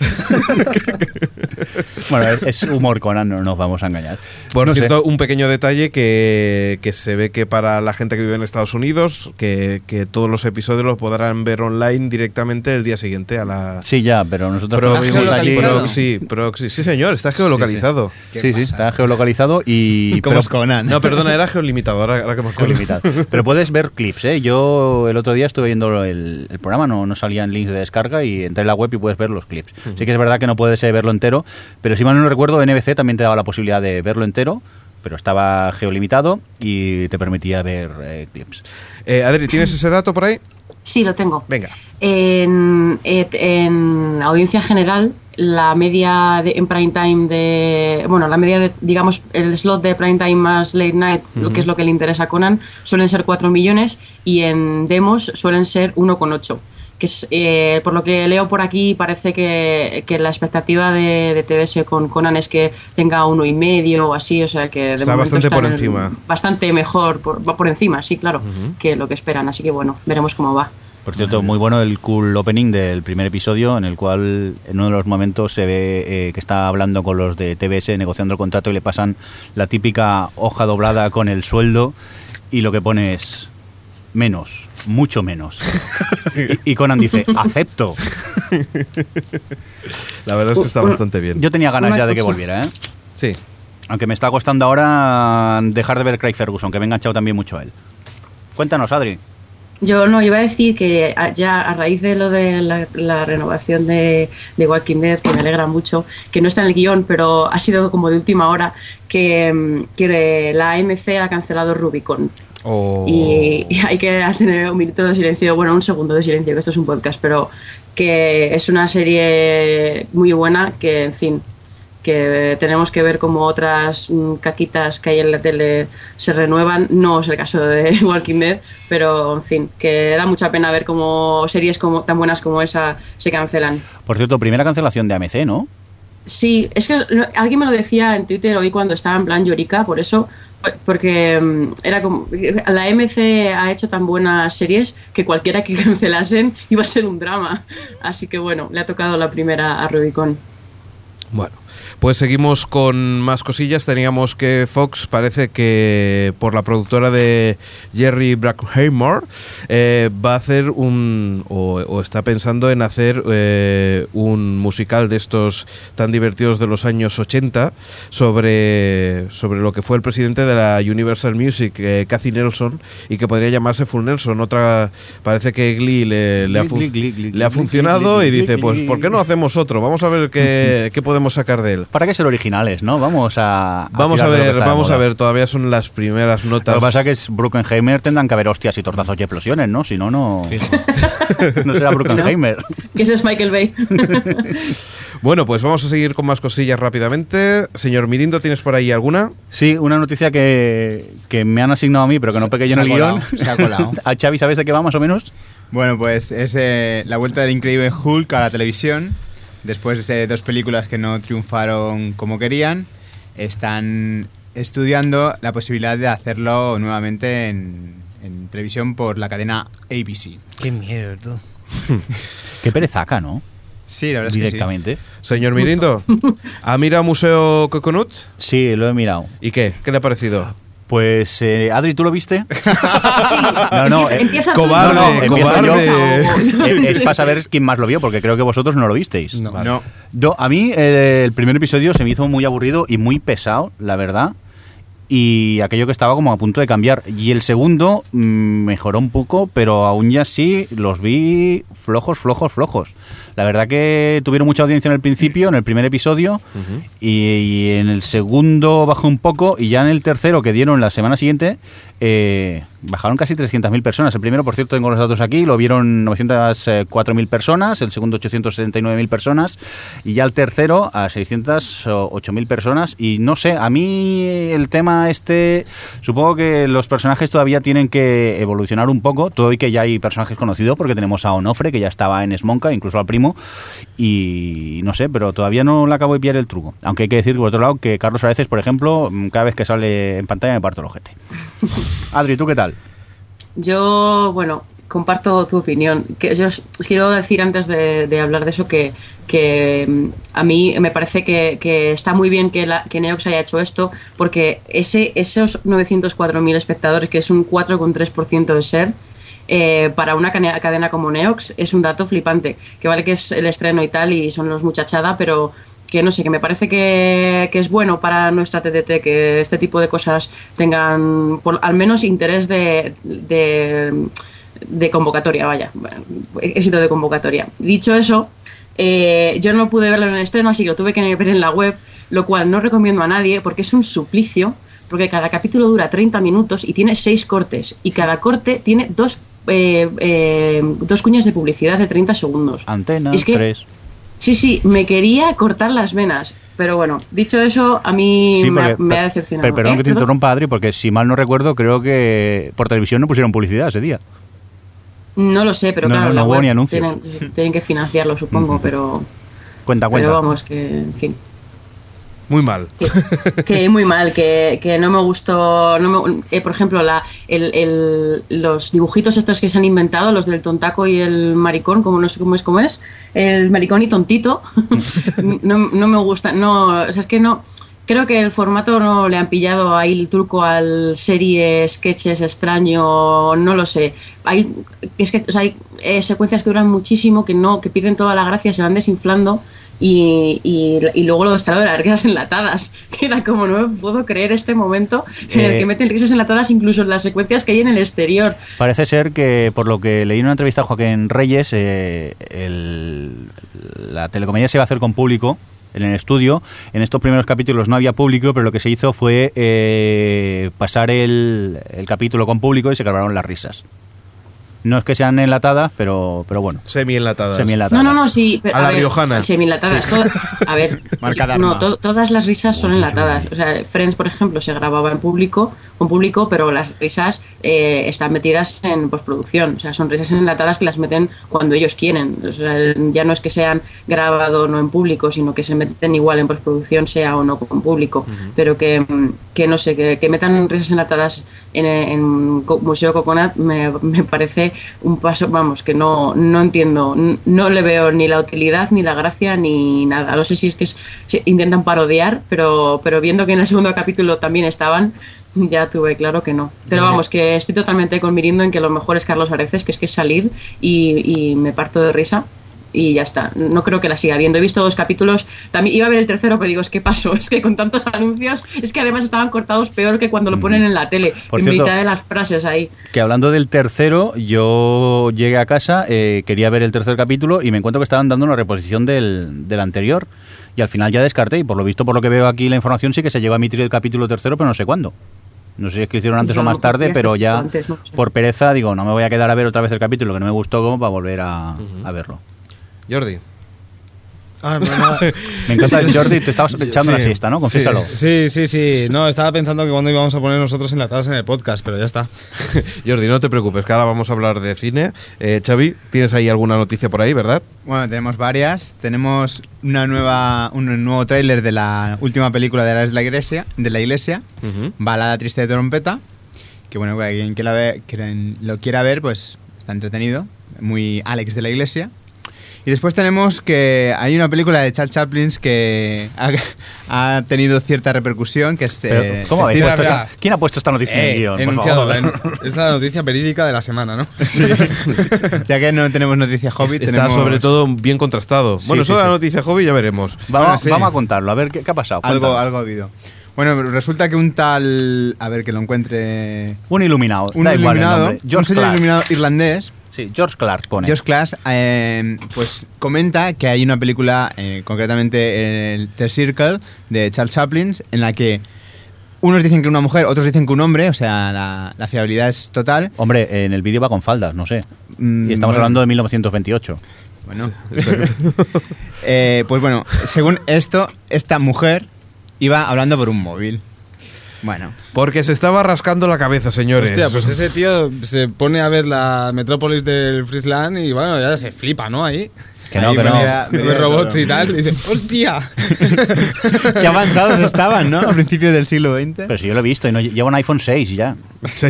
D: Bueno, es- es humor Conan, no nos vamos a engañar.
B: Por
D: No sé.
B: cierto, un pequeño detalle que, que se ve que para la gente que vive en Estados Unidos, que, que todos los episodios los podrán ver online directamente el día siguiente a la...
D: Sí, ya, pero nosotros
B: Pro-
D: que
F: ¿Está
D: vivimos allí-
F: geolocalizado?
B: proxy, proxy. Sí, señor, está geolocalizado.
D: Sí, sí, está geolocalizado y...
F: Como
D: pero-
F: es Conan.
B: No, perdona, era geolimitado, ahora, ahora que me acuerdo.
D: Limitado. Pero puedes ver clips, ¿eh? Yo el otro día estuve viendo el, el programa, no, no salían links de descarga y entré en la web y puedes ver los clips. Sí que es verdad que no puedes eh, verlo entero, pero si mal no recuerdo, NBC también te daba la posibilidad de verlo entero, pero estaba geolimitado y te permitía ver eh, clips.
B: Eh, Adri, ¿tienes ese dato por ahí?
E: Sí, lo tengo.
B: Venga.
E: en, et- en audiencia general, la media de- en prime time de. Bueno, la media, de, digamos, el slot de prime time más late night, lo que es lo que le interesa a Conan, suelen ser 4 millones y en demos suelen ser 1,8. Que es, eh, por lo que leo por aquí, parece que, que la expectativa de, de TBS con Conan es que tenga uno y medio o así, o sea que de
B: Está
E: momento
B: bastante por
E: están
B: encima.
E: Bastante mejor, por, por encima, sí, claro, que lo que esperan. Así que bueno, veremos cómo va.
D: Por cierto, muy bueno el cool opening del primer episodio, en el cual en uno de los momentos se ve eh, que está hablando con los de TBS negociando el contrato y le pasan la típica hoja doblada con el sueldo y lo que pone es menos, mucho menos. Y, y Conan dice, acepto.
B: La verdad es que está bastante bien.
D: Yo tenía ganas
E: Una
D: ya de que
E: cosa.
D: volviera, ¿eh?
B: Sí.
D: Aunque me está costando ahora dejar de ver Craig Ferguson, que me he enganchado también mucho a él. Cuéntanos, Adri.
E: Yo no, iba a decir que a- ya a raíz de lo de la, la renovación de, de Walking Dead, que me alegra mucho, que no está en el guión, pero ha sido como de última hora, que, mm, que la AMC ha cancelado Rubicon. Oh.
B: O-
E: Y, y hay que tener un minuto de silencio, bueno, un segundo de silencio, que esto es un podcast, pero que es una serie muy buena, que en fin, que tenemos que ver cómo otras mm, caquitas que hay en la tele se renuevan, no es el caso de Walking Dead, pero en fin, que da mucha pena ver cómo series como, tan buenas como esa se cancelan.
D: Por cierto, primera cancelación de AMC, ¿no?
E: Sí, es que lo- alguien me lo decía en Twitter hoy cuando estaba en plan llorica, por eso, por- porque mm, era como la MC ha hecho tan buenas series que cualquiera que cancelasen iba a ser un drama. Así que bueno, le ha tocado la primera a Rubicon.
B: Bueno, pues seguimos con más cosillas. Teníamos que Fox parece que por la productora de Jerry Bruckheimer eh, va a hacer un o, o está pensando en hacer eh, un musical de estos tan divertidos de los años 80 sobre sobre lo que fue el presidente de la Universal Music, eh, Cathy Nelson, y que podría llamarse Full Nelson. Otra parece que Glee le, le ha,
D: Glee,
B: func-
D: Glee, Glee,
B: le ha
D: Glee,
B: funcionado
D: Glee,
B: y
D: Glee,
B: dice,
D: Glee,
B: pues
D: Glee".
B: ¿por qué no hacemos otro. Vamos a ver qué, qué podemos sacar de él.
D: ¿Para qué ser originales, no? Vamos a. a
B: Vamos a
D: tirar de lo que
B: ver,
D: está de
B: vamos a
D: moda.
B: ver, todavía son las primeras
D: Lo
B: notas.
D: que pasa es que es Bruckenheimer tendrán que haber hostias y tortazos y explosiones, ¿no? Si no, no. No será Bruckenheimer.
E: Que ese es Michael Bay.
B: Bueno, pues vamos a seguir con más cosillas rápidamente. Señor Mirindo, ¿tienes por ahí alguna?
D: Sí, una noticia que, que me han asignado a mí, pero que no
F: Se-
D: pegué yo
F: se
D: en el
F: ha colado,
D: guión.
F: se ha colado.
D: A Xavi, ¿sabes de qué va más o menos?
F: Bueno, pues es eh, la vuelta del increíble Hulk a la televisión. Después de dos películas que no triunfaron como querían, están estudiando la posibilidad de hacerlo nuevamente en, en televisión por la cadena ABC.
C: Qué miedo, tú.
D: Qué perezaca, ¿no?
F: Sí, la verdad es
D: Directamente.
B: Señor Mirindo, ¿ha mirado Museo Coconut?
D: Sí, lo he mirado.
B: ¿Y qué? ¿Qué le ha parecido?
D: Pues, eh, Adri, ¿tú lo viste? No, no, eh,
E: tú.
B: cobarde,
D: No, no, empiezo
B: cobarde.
D: yo. Eh, Es para saber quién más lo vio, porque creo que vosotros no lo visteis.
F: que sí. No, no.
D: Do- a mí eh, el primer episodio se me hizo muy aburrido y muy pesado, la verdad. Y aquello que estaba como a punto de cambiar. Y el segundo mm, mejoró un poco, pero aún ya sí los vi flojos, flojos, flojos. La verdad que tuvieron mucha audiencia en el principio, en el primer episodio, y, y en el segundo bajó un poco, y ya en el tercero que dieron la semana siguiente, eh, bajaron casi 300.000 personas. El primero, por cierto, tengo los datos aquí, lo vieron 904.000 personas, el segundo 869.000 personas y ya el tercero a 608.000 personas y no sé, a mí el tema este, supongo que los personajes todavía tienen que evolucionar un poco, todo y que ya hay personajes conocidos porque tenemos a Onofre que ya estaba en Smonka, incluso al primo y no sé, pero todavía no le acabo de pillar el truco. Aunque hay que decir, por otro lado, que Carlos Areces, por ejemplo, mm, cada vez que sale en pantalla me parto el ojete. Adri, ¿tú qué tal?
E: Yo, bueno, comparto tu opinión. Que yo os os quiero decir antes de, de hablar de eso que, que, mm, a mí me parece que, que está muy bien que, la, que Neox haya hecho esto, porque ese, esos 904.000 espectadores, que es un 4,3% de ser, eh, para una cane- cadena como Neox es un dato flipante. Que vale que es el estreno y tal, y son los muchachada, pero que no sé, que me parece que, que es bueno para nuestra TTT que este tipo de cosas tengan por- al menos interés de, de, de convocatoria, vaya, bueno, éxito de convocatoria. Dicho eso, eh, yo no pude verlo en el estreno, así que lo tuve que ver en la web, lo cual no recomiendo a nadie porque es un suplicio, porque cada capítulo dura 30 minutos y tiene 6 cortes, y cada corte tiene dos eh, eh, dos cuñas de publicidad de 30 segundos.
D: Antena,
E: Y es que-
D: 3.
E: Sí, sí, me quería cortar las venas. Pero bueno, dicho eso, a mí me, ha- me ha decepcionado.
D: pero perdón
E: ¿Eh?
D: que te interrumpa, Adri, porque si mal no recuerdo, creo que por televisión no pusieron publicidad ese día.
E: No lo sé, pero
D: No,
E: claro,
D: no,
E: la
D: no hubo
E: web
D: ni anuncio.
E: Tienen, tienen que financiarlo, supongo, pero,
D: Cuenta, cuenta.
E: pero vamos, que en fin.
B: Muy mal.
E: que, que muy mal, que, que no me gustó, no me- eh, por ejemplo, la, el- el- los dibujitos estos que se han inventado, los del tontaco y el maricón, como no sé cómo es, cómo es, el maricón y tontito, no, no me gusta, no, o sea, es que no, creo que el formato no le han pillado ahí el truco al serie, sketches extraño, no lo sé, hay, es que, o sea, hay eh, secuencias que duran muchísimo, que no, que pierden toda la gracia, se van desinflando, y, y, y luego lo de estado de las risas enlatadas, que era como no me puedo creer este momento en el
D: Eh.
E: que meten risas enlatadas incluso en las secuencias que hay en el exterior.
D: Parece ser que, por lo que leí en una entrevista a Joaquín Reyes, eh, el- la telecomedia se va a hacer con público en el estudio. En estos primeros capítulos no había público, pero lo que se hizo fue eh, pasar el, el capítulo con público y se grabaron las risas. No es que sean enlatadas, pero, pero bueno,
B: Semi enlatadas.
D: semi-enlatadas.
E: No, no, no, sí. pero,
B: A la riojana.
E: Sí, enlatadas. to- a ver,
F: Marca
E: sí,
F: Dharma.
E: no, to- todas las risas son enlatadas. O sea, Friends, por ejemplo, se grababa en público, con público, pero las risas eh, están metidas en postproducción. O sea, son risas enlatadas que las meten cuando ellos quieren. O sea, el- ya no es que sean grabado no en público, sino que se meten igual en postproducción, sea o no con público. Pero que, mm, que no sé, que, que metan risas enlatadas en, en Co- Museo Coconut me, me parece un paso, vamos, que no, no entiendo, n- no le veo ni la utilidad, ni la gracia, ni nada. No sé si es que es- se intentan parodiar, pero, pero viendo que en el segundo capítulo también estaban, ya tuve claro que no. Pero vamos, que estoy totalmente con Mirindo en que lo mejor es Carlos Areces, que es que es salir y, y me parto de risa. Y ya está, no creo que la siga viendo. He visto dos capítulos, también iba a ver el tercero, pero digo, es que pasó, es que con tantos anuncios, es que además estaban cortados peor que cuando lo
C: Mm.
E: ponen en la tele,
D: Por
E: en
D: cierto-
E: mitad de las frases ahí.
D: Que hablando del tercero, yo llegué a casa, eh, quería ver el tercer capítulo y me encuentro que estaban dando una reposición del, del anterior y al final ya descarté y por lo visto, por lo que veo aquí la información, sí que se llegó a emitir el capítulo tercero, pero no sé cuándo. No sé si es que lo hicieron antes
E: Yo
D: o
E: a lo
D: más
E: mejor
D: tarde,
E: ya
D: pero
E: se hizo
D: ya
E: antes, no sé.
D: por pereza digo, no me voy a quedar a ver otra vez el capítulo que no me gustó como para volver a, a verlo.
B: Jordi.
C: Ah, no, no.
D: Me encanta Jordi, te estabas echando la
B: Sí,
D: siesta, ¿no?
B: sí.
D: Confiésalo.
C: Sí, sí, sí. No, estaba pensando que cuando íbamos a poner nosotros enlatadas en el podcast, pero ya está.
B: Jordi, no te preocupes, que ahora vamos a hablar de cine. Eh, Xavi, tienes ahí alguna noticia por ahí, ¿verdad?
F: Bueno, tenemos varias. Tenemos una nueva, un nuevo tráiler de la última película de la isla iglesia, de la iglesia,
B: Ujú.
F: Balada triste de trompeta. Que bueno, para quien, quiera ver- quien lo quiera ver, pues está entretenido. Muy Alex de la iglesia. Y después tenemos que hay una película de Charles Chaplin que ha, ha tenido cierta repercusión, que es...
D: Pero,
F: eh,
D: ¿cómo habéis
C: tira,
D: puesto
C: mira.
D: esta- ¿Quién ha puesto esta noticia en el
C: Eh,
D: guión? Por
C: enunciado,
D: favor.
C: la en- es la noticia verídica de la semana, ¿no?
F: ya que no tenemos noticias Hobbit,
B: Está
F: tenemos
B: sobre todo bien contrastado.
D: Sí,
B: bueno,
D: sí,
B: eso de
D: sí.
B: la noticia hobby ya veremos.
D: Vamos,
F: Bueno, sí.
D: vamos a contarlo, a ver qué, qué ha pasado.
F: algo,
D: Cuéntalo.
F: algo ha habido. Bueno, resulta que un tal... A ver, que lo encuentre...
D: Un iluminado,
F: un
D: da igual el
F: iluminado,
D: nombre.
F: un
D: George
F: sello
D: Clark.
F: iluminado irlandés,
D: Sí, George Clark pone.
F: Josh Clash, eh, pues comenta que hay una película, eh, concretamente el The Circle, de Charles Chaplin, en la que unos dicen que una mujer, otros dicen que un hombre, o sea, la, la fiabilidad es total.
D: Hombre, en el vídeo va con faldas, no sé.
F: Mm,
D: y estamos
F: bueno.
D: hablando de 1928.
F: Bueno, Eh, pues bueno, según esto, esta mujer iba hablando por un móvil. Bueno,
B: Porque se estaba rascando la cabeza, señores.
C: Hostia, pues ese tío se pone a ver la metrópolis del Friesland y bueno, ya se flipa, ¿no? Ahí.
D: Que no,
F: Ahí
D: que no.
F: venía-
C: De
F: venía
C: ver robots
F: todo.
C: y tal. Y dice, ¡hostia!
F: Qué avanzados estaban, ¿no? A principios del siglo XX.
D: Pero si yo lo he visto, y no, lleva un iPhone 6 ya.
B: Sí,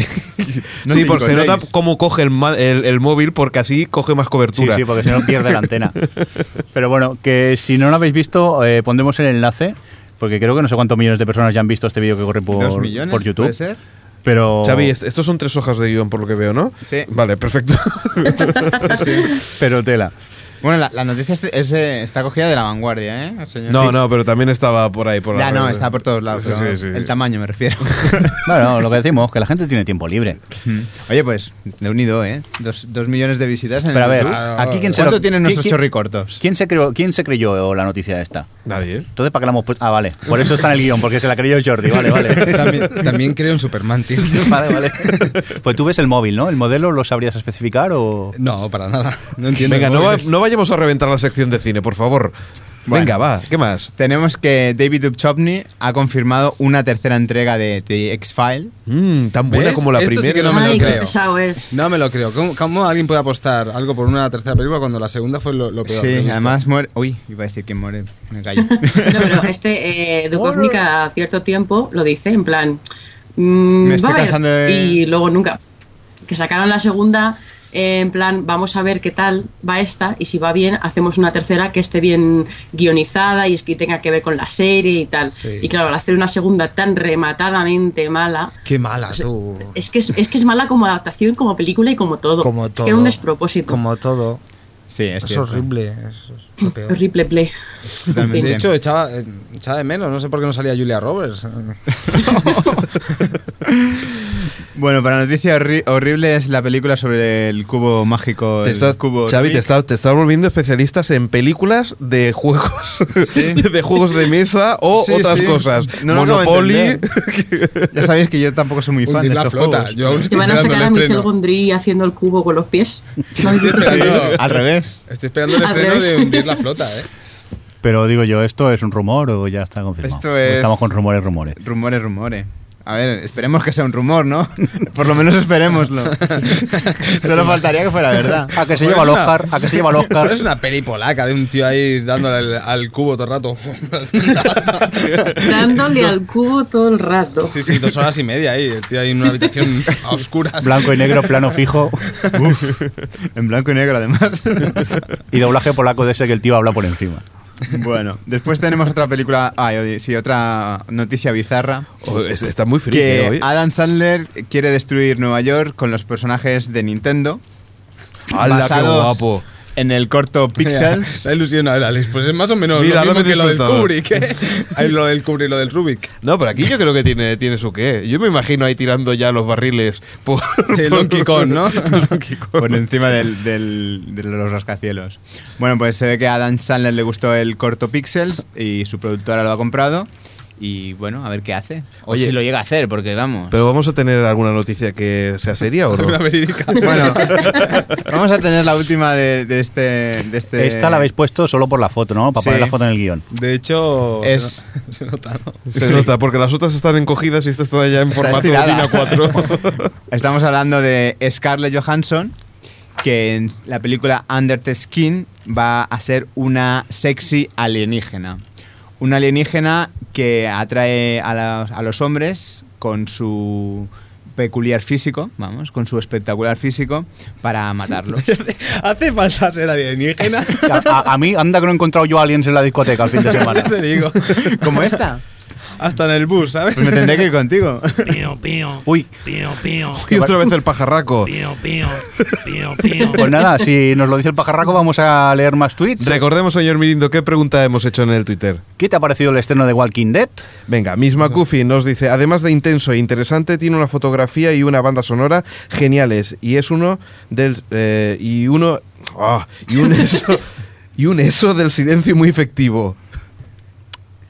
F: No
B: Sí,
F: cinco,
B: porque se
F: seis.
B: nota cómo coge el, ma- el- el móvil, porque así coge más
D: Sí,
B: cobertura.
D: sí, porque si no pierde la antena. Pero bueno, que si no lo habéis visto, eh, pondremos el enlace, porque creo que no sé cuántos millones de personas ya han visto este vídeo que corre por,
F: Dos millones,
D: por YouTube.
F: ¿puede ser?
D: Pero,
B: Xavi, est- estos son tres hojas de guión por lo que veo, ¿no?
F: Sí.
B: Vale, perfecto.
F: Sí, sí.
D: pero tela.
F: Bueno, la, la noticia es- es, eh, está cogida de la vanguardia, ¿eh? El señor
B: No,
F: Hitch.
B: no, pero también estaba por ahí. Por
F: Ya,
B: la-
F: no, está por todos lados.
B: Sí,
F: pero
B: sí, sí.
F: El tamaño, me refiero.
D: Bueno, lo que decimos, que la gente tiene tiempo libre.
F: Mm. Oye, pues, de unido, ¿eh? Dos, dos millones de visitas en
D: Pero a
F: el
D: ver,
F: YouTube.
D: aquí quién se
F: ¿Cuánto
D: lo-
F: tienen
D: ¿quién-
F: nuestros
D: quién-
F: chorricortos?
D: ¿Quién se, creó, ¿Quién se creyó la noticia esta?
B: Nadie. ¿eh?
D: Entonces, ¿para qué la hemos puesto? Ah, vale. Por eso está en el guión, porque se la creyó Jordi. Vale, vale.
C: También, también creo en Superman, tío.
D: Vale, vale. Pues tú ves el móvil, ¿no? ¿El modelo lo sabrías especificar o...?
C: No, para nada. No entiendo.
B: Venga,
C: de
B: no, va-
C: móviles.
B: no vayamos a reventar la sección de cine, por favor.
F: Bueno.
B: Venga, va, ¿qué más?
F: Tenemos que David Duchovny ha confirmado una tercera entrega de The X-File.
B: Mm, tan buena
C: ¿Ves?
B: como la
C: Esto sí
B: primera.
C: que no me lo
E: Ay, qué
C: creo.
E: pesado es.
C: No me lo creo. ¿Cómo, cómo alguien puede apostar algo por una tercera película cuando la segunda fue lo, lo peor? Lo he
F: Sí,
C: visto.
F: además muere... Uy, iba a decir que muere. Me callo.
E: No, pero este eh, Duchovny cada cierto tiempo lo dice, en plan. mm,
F: Me estoy
E: va a haber,
F: cansando de-
E: Y luego nunca. Que sacaron la segunda, eh, en plan, vamos a ver qué tal va esta, y si va bien, hacemos una tercera que esté bien guionizada y es que tenga que ver con la serie y tal.
C: Sí.
E: Y claro, al hacer una segunda tan rematadamente mala.
C: Qué mala tú.
E: Es que es, es que es mala como adaptación, como película y como todo.
C: Como
E: Es que era
C: todo.
E: un despropósito.
C: Como todo.
F: Sí, es,
C: Es
F: cierto.
C: horrible. es- es lo peor.
E: Horrible play.
F: Totalmente.
C: De hecho, echaba, eh, echaba de menos. No sé por qué no salía Julia Roberts.
F: Bueno, para noticia horri- horrible es la película sobre el cubo mágico.
B: Te
F: el
B: estás,
F: cubo
B: Xavi, te
F: Rubik.
B: estás, te estás volviendo especialistas en películas de juegos,
F: Sí.
B: de juegos de mesa o
F: Sí,
B: otras
F: sí.
B: cosas.
F: No lo acabo de
B: Monopoly.
F: entender. Ya sabéis que yo tampoco soy muy
C: Un
F: fan de
C: Did La
F: estos
C: Flota.
F: juegos.
C: Yo aún
E: Que
C: estoy
E: van a
C: esperando
E: sacar
C: el
E: a Michel
C: estreno.
E: Gondry haciendo el cubo con los pies. ¿No habéis visto?
C: Estoy esperando-
F: Al revés.
C: Estoy esperando el
E: Al
C: estreno de
E: revés.
C: hundir la flota, ¿eh?
D: Pero digo yo, ¿esto es un rumor o ya está confirmado?
F: Esto es-
D: Estamos con rumores, rumores.
F: Rumores, rumores. A ver, esperemos que sea un rumor, ¿no? Por lo menos esperémoslo. Solo faltaría que fuera verdad.
D: A que se lleva
C: Pero
D: el
C: Pues es una-
D: Oscar, a que se lleva el Oscar.
C: Pero es una peli polaca de un tío ahí dándole al, al cubo todo el rato.
E: Dándole al cubo todo el rato.
C: Sí, sí, dos horas y media ahí. El tío ahí en una habitación a oscuras.
D: Blanco y negro, plano fijo
F: En blanco y negro, además.
D: y doblaje polaco de ese que el tío habla por encima.
F: bueno, después tenemos otra película. Ay, oye, sí, otra noticia bizarra.
B: Oh, es- está muy frío
F: Que
B: hoy.
F: Adam Sandler quiere destruir Nueva York con los personajes de Nintendo.
B: ¡Hala, qué
F: basados
B: guapo!
F: En el corto Pixels.
C: La ilusión a ver, Alex. Pues es más o menos
B: Mira,
C: lo
B: lo
C: mismo
B: me
C: que lo del
B: disfrutaba.
C: Kubrick, ¿eh? Hay lo del Kubrick y lo del Rubik.
B: No, pero aquí yo creo que tiene, tiene su qué. Yo me imagino ahí tirando ya los barriles por.
C: Sí,
B: por-
C: Donkey Kong, ¿no?
B: Donkey Kong.
F: por encima del- del- de los rascacielos. Bueno, pues se ve que a Dan Sandler le gustó el corto Pixels y su productora lo ha comprado. Y bueno, a ver qué hace. O
B: Oye.
F: si lo llega a hacer, porque vamos.
B: Pero vamos a tener alguna noticia que sea seria o
C: Una
B: no.
C: verídica.
F: Bueno, vamos a tener la última de, de este, de este.
D: Esta la habéis puesto solo por la foto, ¿no? Para
F: Sí.
D: poner la foto en el guión.
C: De hecho, se
F: Es-
C: no- se nota, ¿no?
B: Se nota, porque las otras están encogidas y esta está ya en
F: Está
B: formato
F: estirada.
B: Dina 4.
F: Estamos hablando de Scarlett Johansson, que en la película Under the Skin va a ser una sexy alienígena. Una alienígena que atrae a, las- a los hombres con su peculiar físico, vamos, con su espectacular físico, para matarlos.
C: Hace falta ser alienígena.
D: A, a- a mí, anda que no he encontrado yo aliens en la discoteca el fin de semana.
C: te digo.
F: Como esta.
C: Hasta en el bus, ¿sabes?
F: Pues me tendré que ir contigo.
G: Pío, pío.
D: Uy.
G: Pío, pío.
B: y otra vez el pajarraco.
G: Pío, pío. Pío, pío.
D: Pues nada, si nos lo dice el pajarraco, vamos a leer más tweets.
B: Recordemos, señor Mirindo, qué pregunta hemos hecho en el Twitter.
D: ¿Qué te ha parecido el estreno de Walking Dead?
B: Venga, Miss McGuffin nos dice, además de intenso e interesante, tiene una fotografía y una banda sonora geniales. Y es uno del... eh, y uno... ah, y un eso... y un eso del silencio muy efectivo.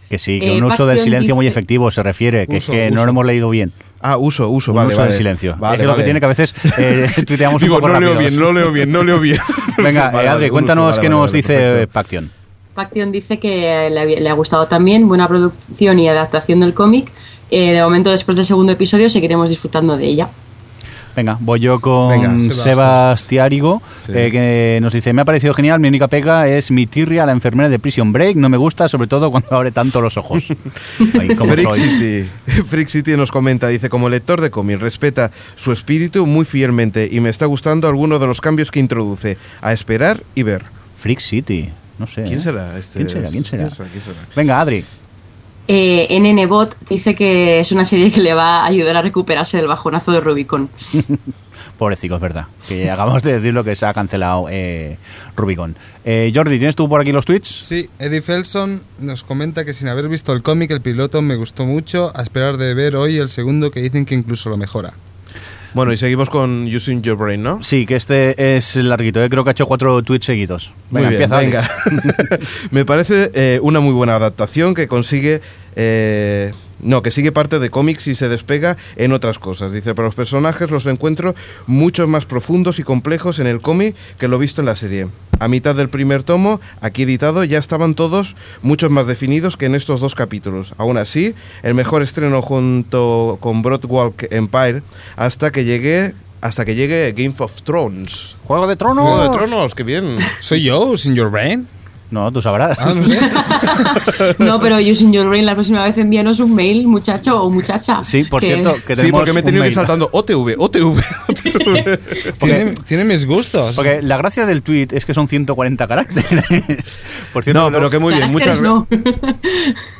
D: Que sí, que
E: Eh,
D: un uso
E: Patreon
D: del silencio muy
E: dice-
D: efectivo se refiere, que
C: Uso,
D: es que no
C: uso.
D: lo hemos leído bien.
B: Ah, uso, uso,
D: Un
B: vale,
D: uso
B: vale.
D: del silencio.
B: Vale,
D: es que lo
B: vale.
D: que tiene que a veces eh, tuiteamos
B: Digo,
D: un poco
B: no leo
D: rápidos.
B: bien, no leo bien, no leo bien.
D: Venga,
B: Vale,
D: eh,
B: vale,
D: Adri,
B: uso,
D: cuéntanos
B: vale,
D: qué
B: vale,
D: nos
B: vale,
D: dice eh,
B: perfecto.
D: Paction.
E: Paction dice que le, había- le ha gustado también, buena producción y adaptación del cómic. Eh, de momento, después del segundo episodio, seguiremos disfrutando de ella.
D: Venga, voy yo con
B: Venga,
C: Sebas.
D: Sebastiárigo,
B: Sí.
D: eh, que nos dice, me ha parecido genial, mi única pega es mi tirria a la enfermera de Prison Break, no me gusta, sobre todo cuando abre tanto los ojos. Ay, cómo
B: Freak
D: sois.
B: City. Freak City nos comenta, dice, como lector de cómic respeta su espíritu muy fielmente y me está gustando alguno de los cambios que introduce. A esperar y ver.
D: Freak City, no sé.
B: ¿Quién
D: ¿eh?
B: será este?
D: ¿Quién será? ¿Quién será?
B: ¿Quién será?
D: Venga, Adri.
E: Eh, NNBot dice que es una serie que le va a ayudar a recuperarse del bajonazo de Rubicon.
D: Pobrecicos, es verdad. Que acabamos de decir lo que se ha cancelado eh, Rubicon. Eh, Jordi, ¿tienes tú por aquí los tweets?
H: Sí, Eddie Felson nos comenta que sin haber visto el cómic, el piloto me gustó mucho, a esperar de ver hoy el segundo que dicen que incluso lo mejora.
B: Bueno, y seguimos con Using Your Brain, ¿no?
D: Sí, que este es larguito. eh, Creo que ha hecho cuatro tweets seguidos.
B: Muy
D: Venga,
B: bien,
D: empieza. Alex.
B: venga. Me parece eh, una muy buena adaptación que consigue. eh, no, que sigue parte de cómics y se despega en otras cosas. Dice, pero los personajes los encuentro mucho más profundos y complejos en el cómic que lo visto en la serie. A mitad del primer tomo, aquí editado, ya estaban todos muchos más definidos que en estos dos capítulos. Aún así, el mejor estreno junto con Broadwalk Empire hasta que llegue hasta que llegue Game of Thrones.
D: Juego de Tronos.
B: Juego de Tronos, qué bien.
C: ¿Soy yo, sin your brain?
D: No, tú sabrás.
C: Ah, no sé.
E: No, pero Using Your Brain, la próxima vez envíanos un mail, muchacho o muchacha.
D: Sí, por
E: que-
D: cierto, que
B: Sí, porque
D: tenemos
B: me he
D: un
B: tenido que
D: mail.
B: ir saltando OTV, OTV.
C: tiene, tiene mis gustos.
D: Porque la gracia del tweet es que son 140 caracteres. Por cierto,
B: No, pero
D: luego-
B: que muy bien, muchas
E: Caracteres
B: gracias.
E: no.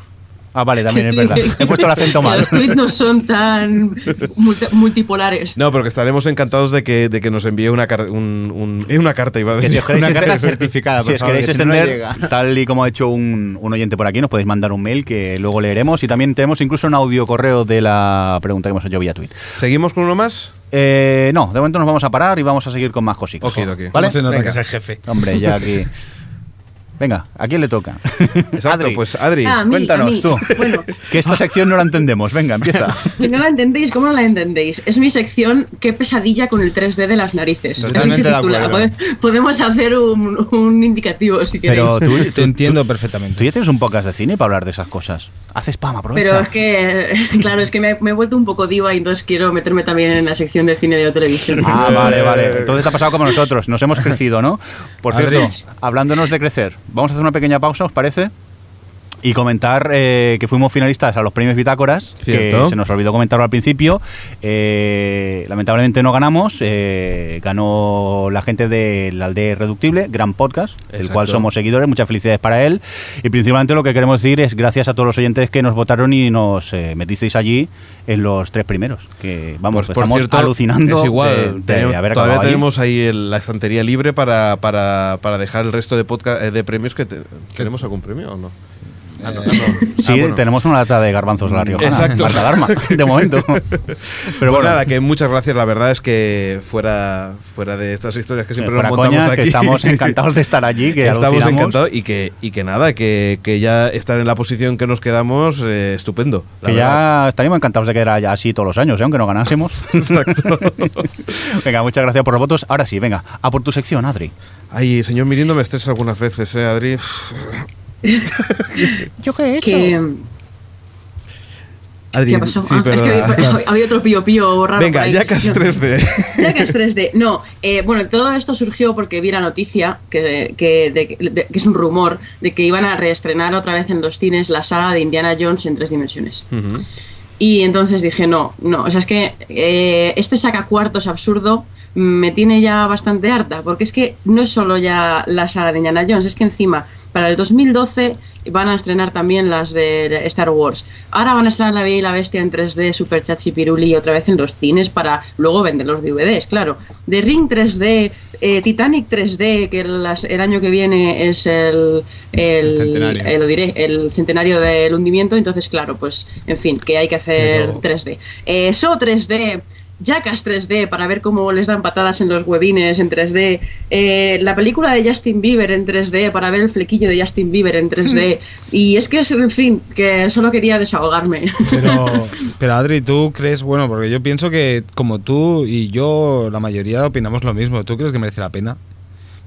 D: Ah, vale, también es
E: Que-
D: verdad. He puesto el acento
E: que
D: mal.
E: Los tweets no son tan multi- multipolares.
B: No, pero que estaremos encantados de que, de que nos envíe una, car- un- un- eh, una carta, iba a
D: Que si
B: decir.
D: os queréis
F: Pues Una carta
D: extender-
F: certificada,
D: si
F: por
D: os
F: favor,
D: queréis
F: que si no, no
D: extender,
F: llega.
D: tal y como ha hecho un, un oyente por aquí, nos podéis mandar un mail que luego leeremos y también tenemos incluso un audio correo de la pregunta que hemos hecho vía tweet.
B: ¿Seguimos con uno más?
D: Eh, no, de momento nos vamos a parar y vamos a seguir con más cositas.
B: Okidoki.
D: ¿Vale?
C: ¿Cómo se nota
B: Venga.
C: que es el jefe?
D: Hombre, ya aquí. Venga, ¿a quién le toca?
B: Exacto,
D: Adri,
B: pues Adri.
E: Ah, A mí,
D: cuéntanos
E: a mí.
D: tú.
E: Bueno.
D: Que esta sección no la entendemos. Venga, empieza.
E: Si no la entendéis, ¿cómo no la entendéis? Es mi sección, qué pesadilla con el 3D de las narices.
F: Totalmente
E: Así se
F: de
E: titula.
F: acuerdo.
E: Pode- Podemos hacer un, un indicativo si queréis.
D: Pero tú,
C: Te
D: tú-
C: entiendo
D: tú
C: perfectamente.
D: ya tienes un podcast de cine para hablar de esas cosas. Haces spam, aprovecha.
E: Pero es que, claro, es que me, me he vuelto un poco diva y entonces quiero meterme también en la sección de cine de televisión.
D: Ah, vale, vale. Entonces te ha pasado como nosotros, nos hemos crecido, ¿no? Por
C: Adri.
D: cierto, hablándonos de crecer, vamos a hacer una pequeña pausa, ¿os parece? Y comentar eh, que fuimos finalistas a los premios Bitácoras,
B: Cierto.
D: que se nos olvidó comentarlo al principio. Eh, lamentablemente no ganamos, eh, ganó la gente de la aldea irreductible, gran podcast, del
B: Exacto.
D: cual somos seguidores, muchas felicidades para él. Y principalmente lo que queremos decir es gracias a todos los oyentes que nos votaron y nos eh, metisteis allí en los tres primeros, que vamos,
B: Pues,
D: estamos alucinando.
B: Es igual,
D: de- de
B: tenemos-
D: haber
B: todavía
D: acabado allí.
B: tenemos ahí el- la estantería libre para, para, para dejar el resto de podcast eh, de premios que te- tenemos algún premio o no. Ah, no, no, no.
D: Sí,
B: Ah, bueno.
D: tenemos una lata de garbanzos a la Riojana.
B: Exacto. Pues
D: Marca Alarma, de momento. Pero
B: Pero
D: bueno,
B: nada, que muchas gracias. La verdad es que fuera, fuera de estas historias que
D: que
B: siempre
D: eh, fuera
B: nos montamos
D: coña,
B: aquí.
D: que estamos encantados de estar allí, que
B: estamos
D: alucinamos.
B: encantados y que, y que nada, que, que ya estar en la posición que nos quedamos, eh, estupendo. la
D: Que
B: verdad.
D: ya estaríamos encantados de quedar allá así todos los años, ¿eh? aunque no ganásemos. venga, muchas gracias por los votos. Ahora sí, venga, a por tu sección, Adri.
B: Ay, señor Mirindo me estresa algunas veces, ¿eh, Adri? Uf.
D: ¿Yo qué he
E: Que,
B: Adri,
E: ¿Qué ha pasado?
B: sí,
E: Ah, es que
B: perdona.
E: había- había otro pío pío raro. por
B: Venga,
E: ahí.
B: Jackass
E: No.
B: 3D.
E: Jackass 3D. No, eh, bueno, todo esto surgió porque vi la noticia, que, que- de- de- que es un rumor, de que iban a reestrenar otra vez en los cines la saga de Indiana Jones en tres dimensiones. Y entonces dije, no, no, o sea, es que eh, este saca cuartos absurdo me tiene ya bastante harta, porque es que no es solo ya la saga de Indiana Jones, es que encima, para el 2012 van a estrenar también las de Star Wars. Ahora van a estrenar La Bella y la Bestia en 3D, Super Chachi Piruli otra vez en los cines para luego vender los DVDs, claro. The Ring 3D, eh, Titanic 3D, que las- el año que viene es el, el,
F: El centenario.
E: el- lo diré, el centenario del hundimiento, entonces claro, pues en fin, que hay que hacer
F: Pero-
E: 3D. Eh, so 3D, Jackass 3D, para ver cómo les dan patadas en los webines en 3D, eh, la película de Justin Bieber en 3D, para ver el flequillo de Justin Bieber en 3D, y es que es, en fin, que solo quería desahogarme.
C: Pero, pero Adri, ¿tú crees, bueno, porque yo pienso que como tú y yo, la mayoría opinamos lo mismo, ¿tú crees que merece la pena?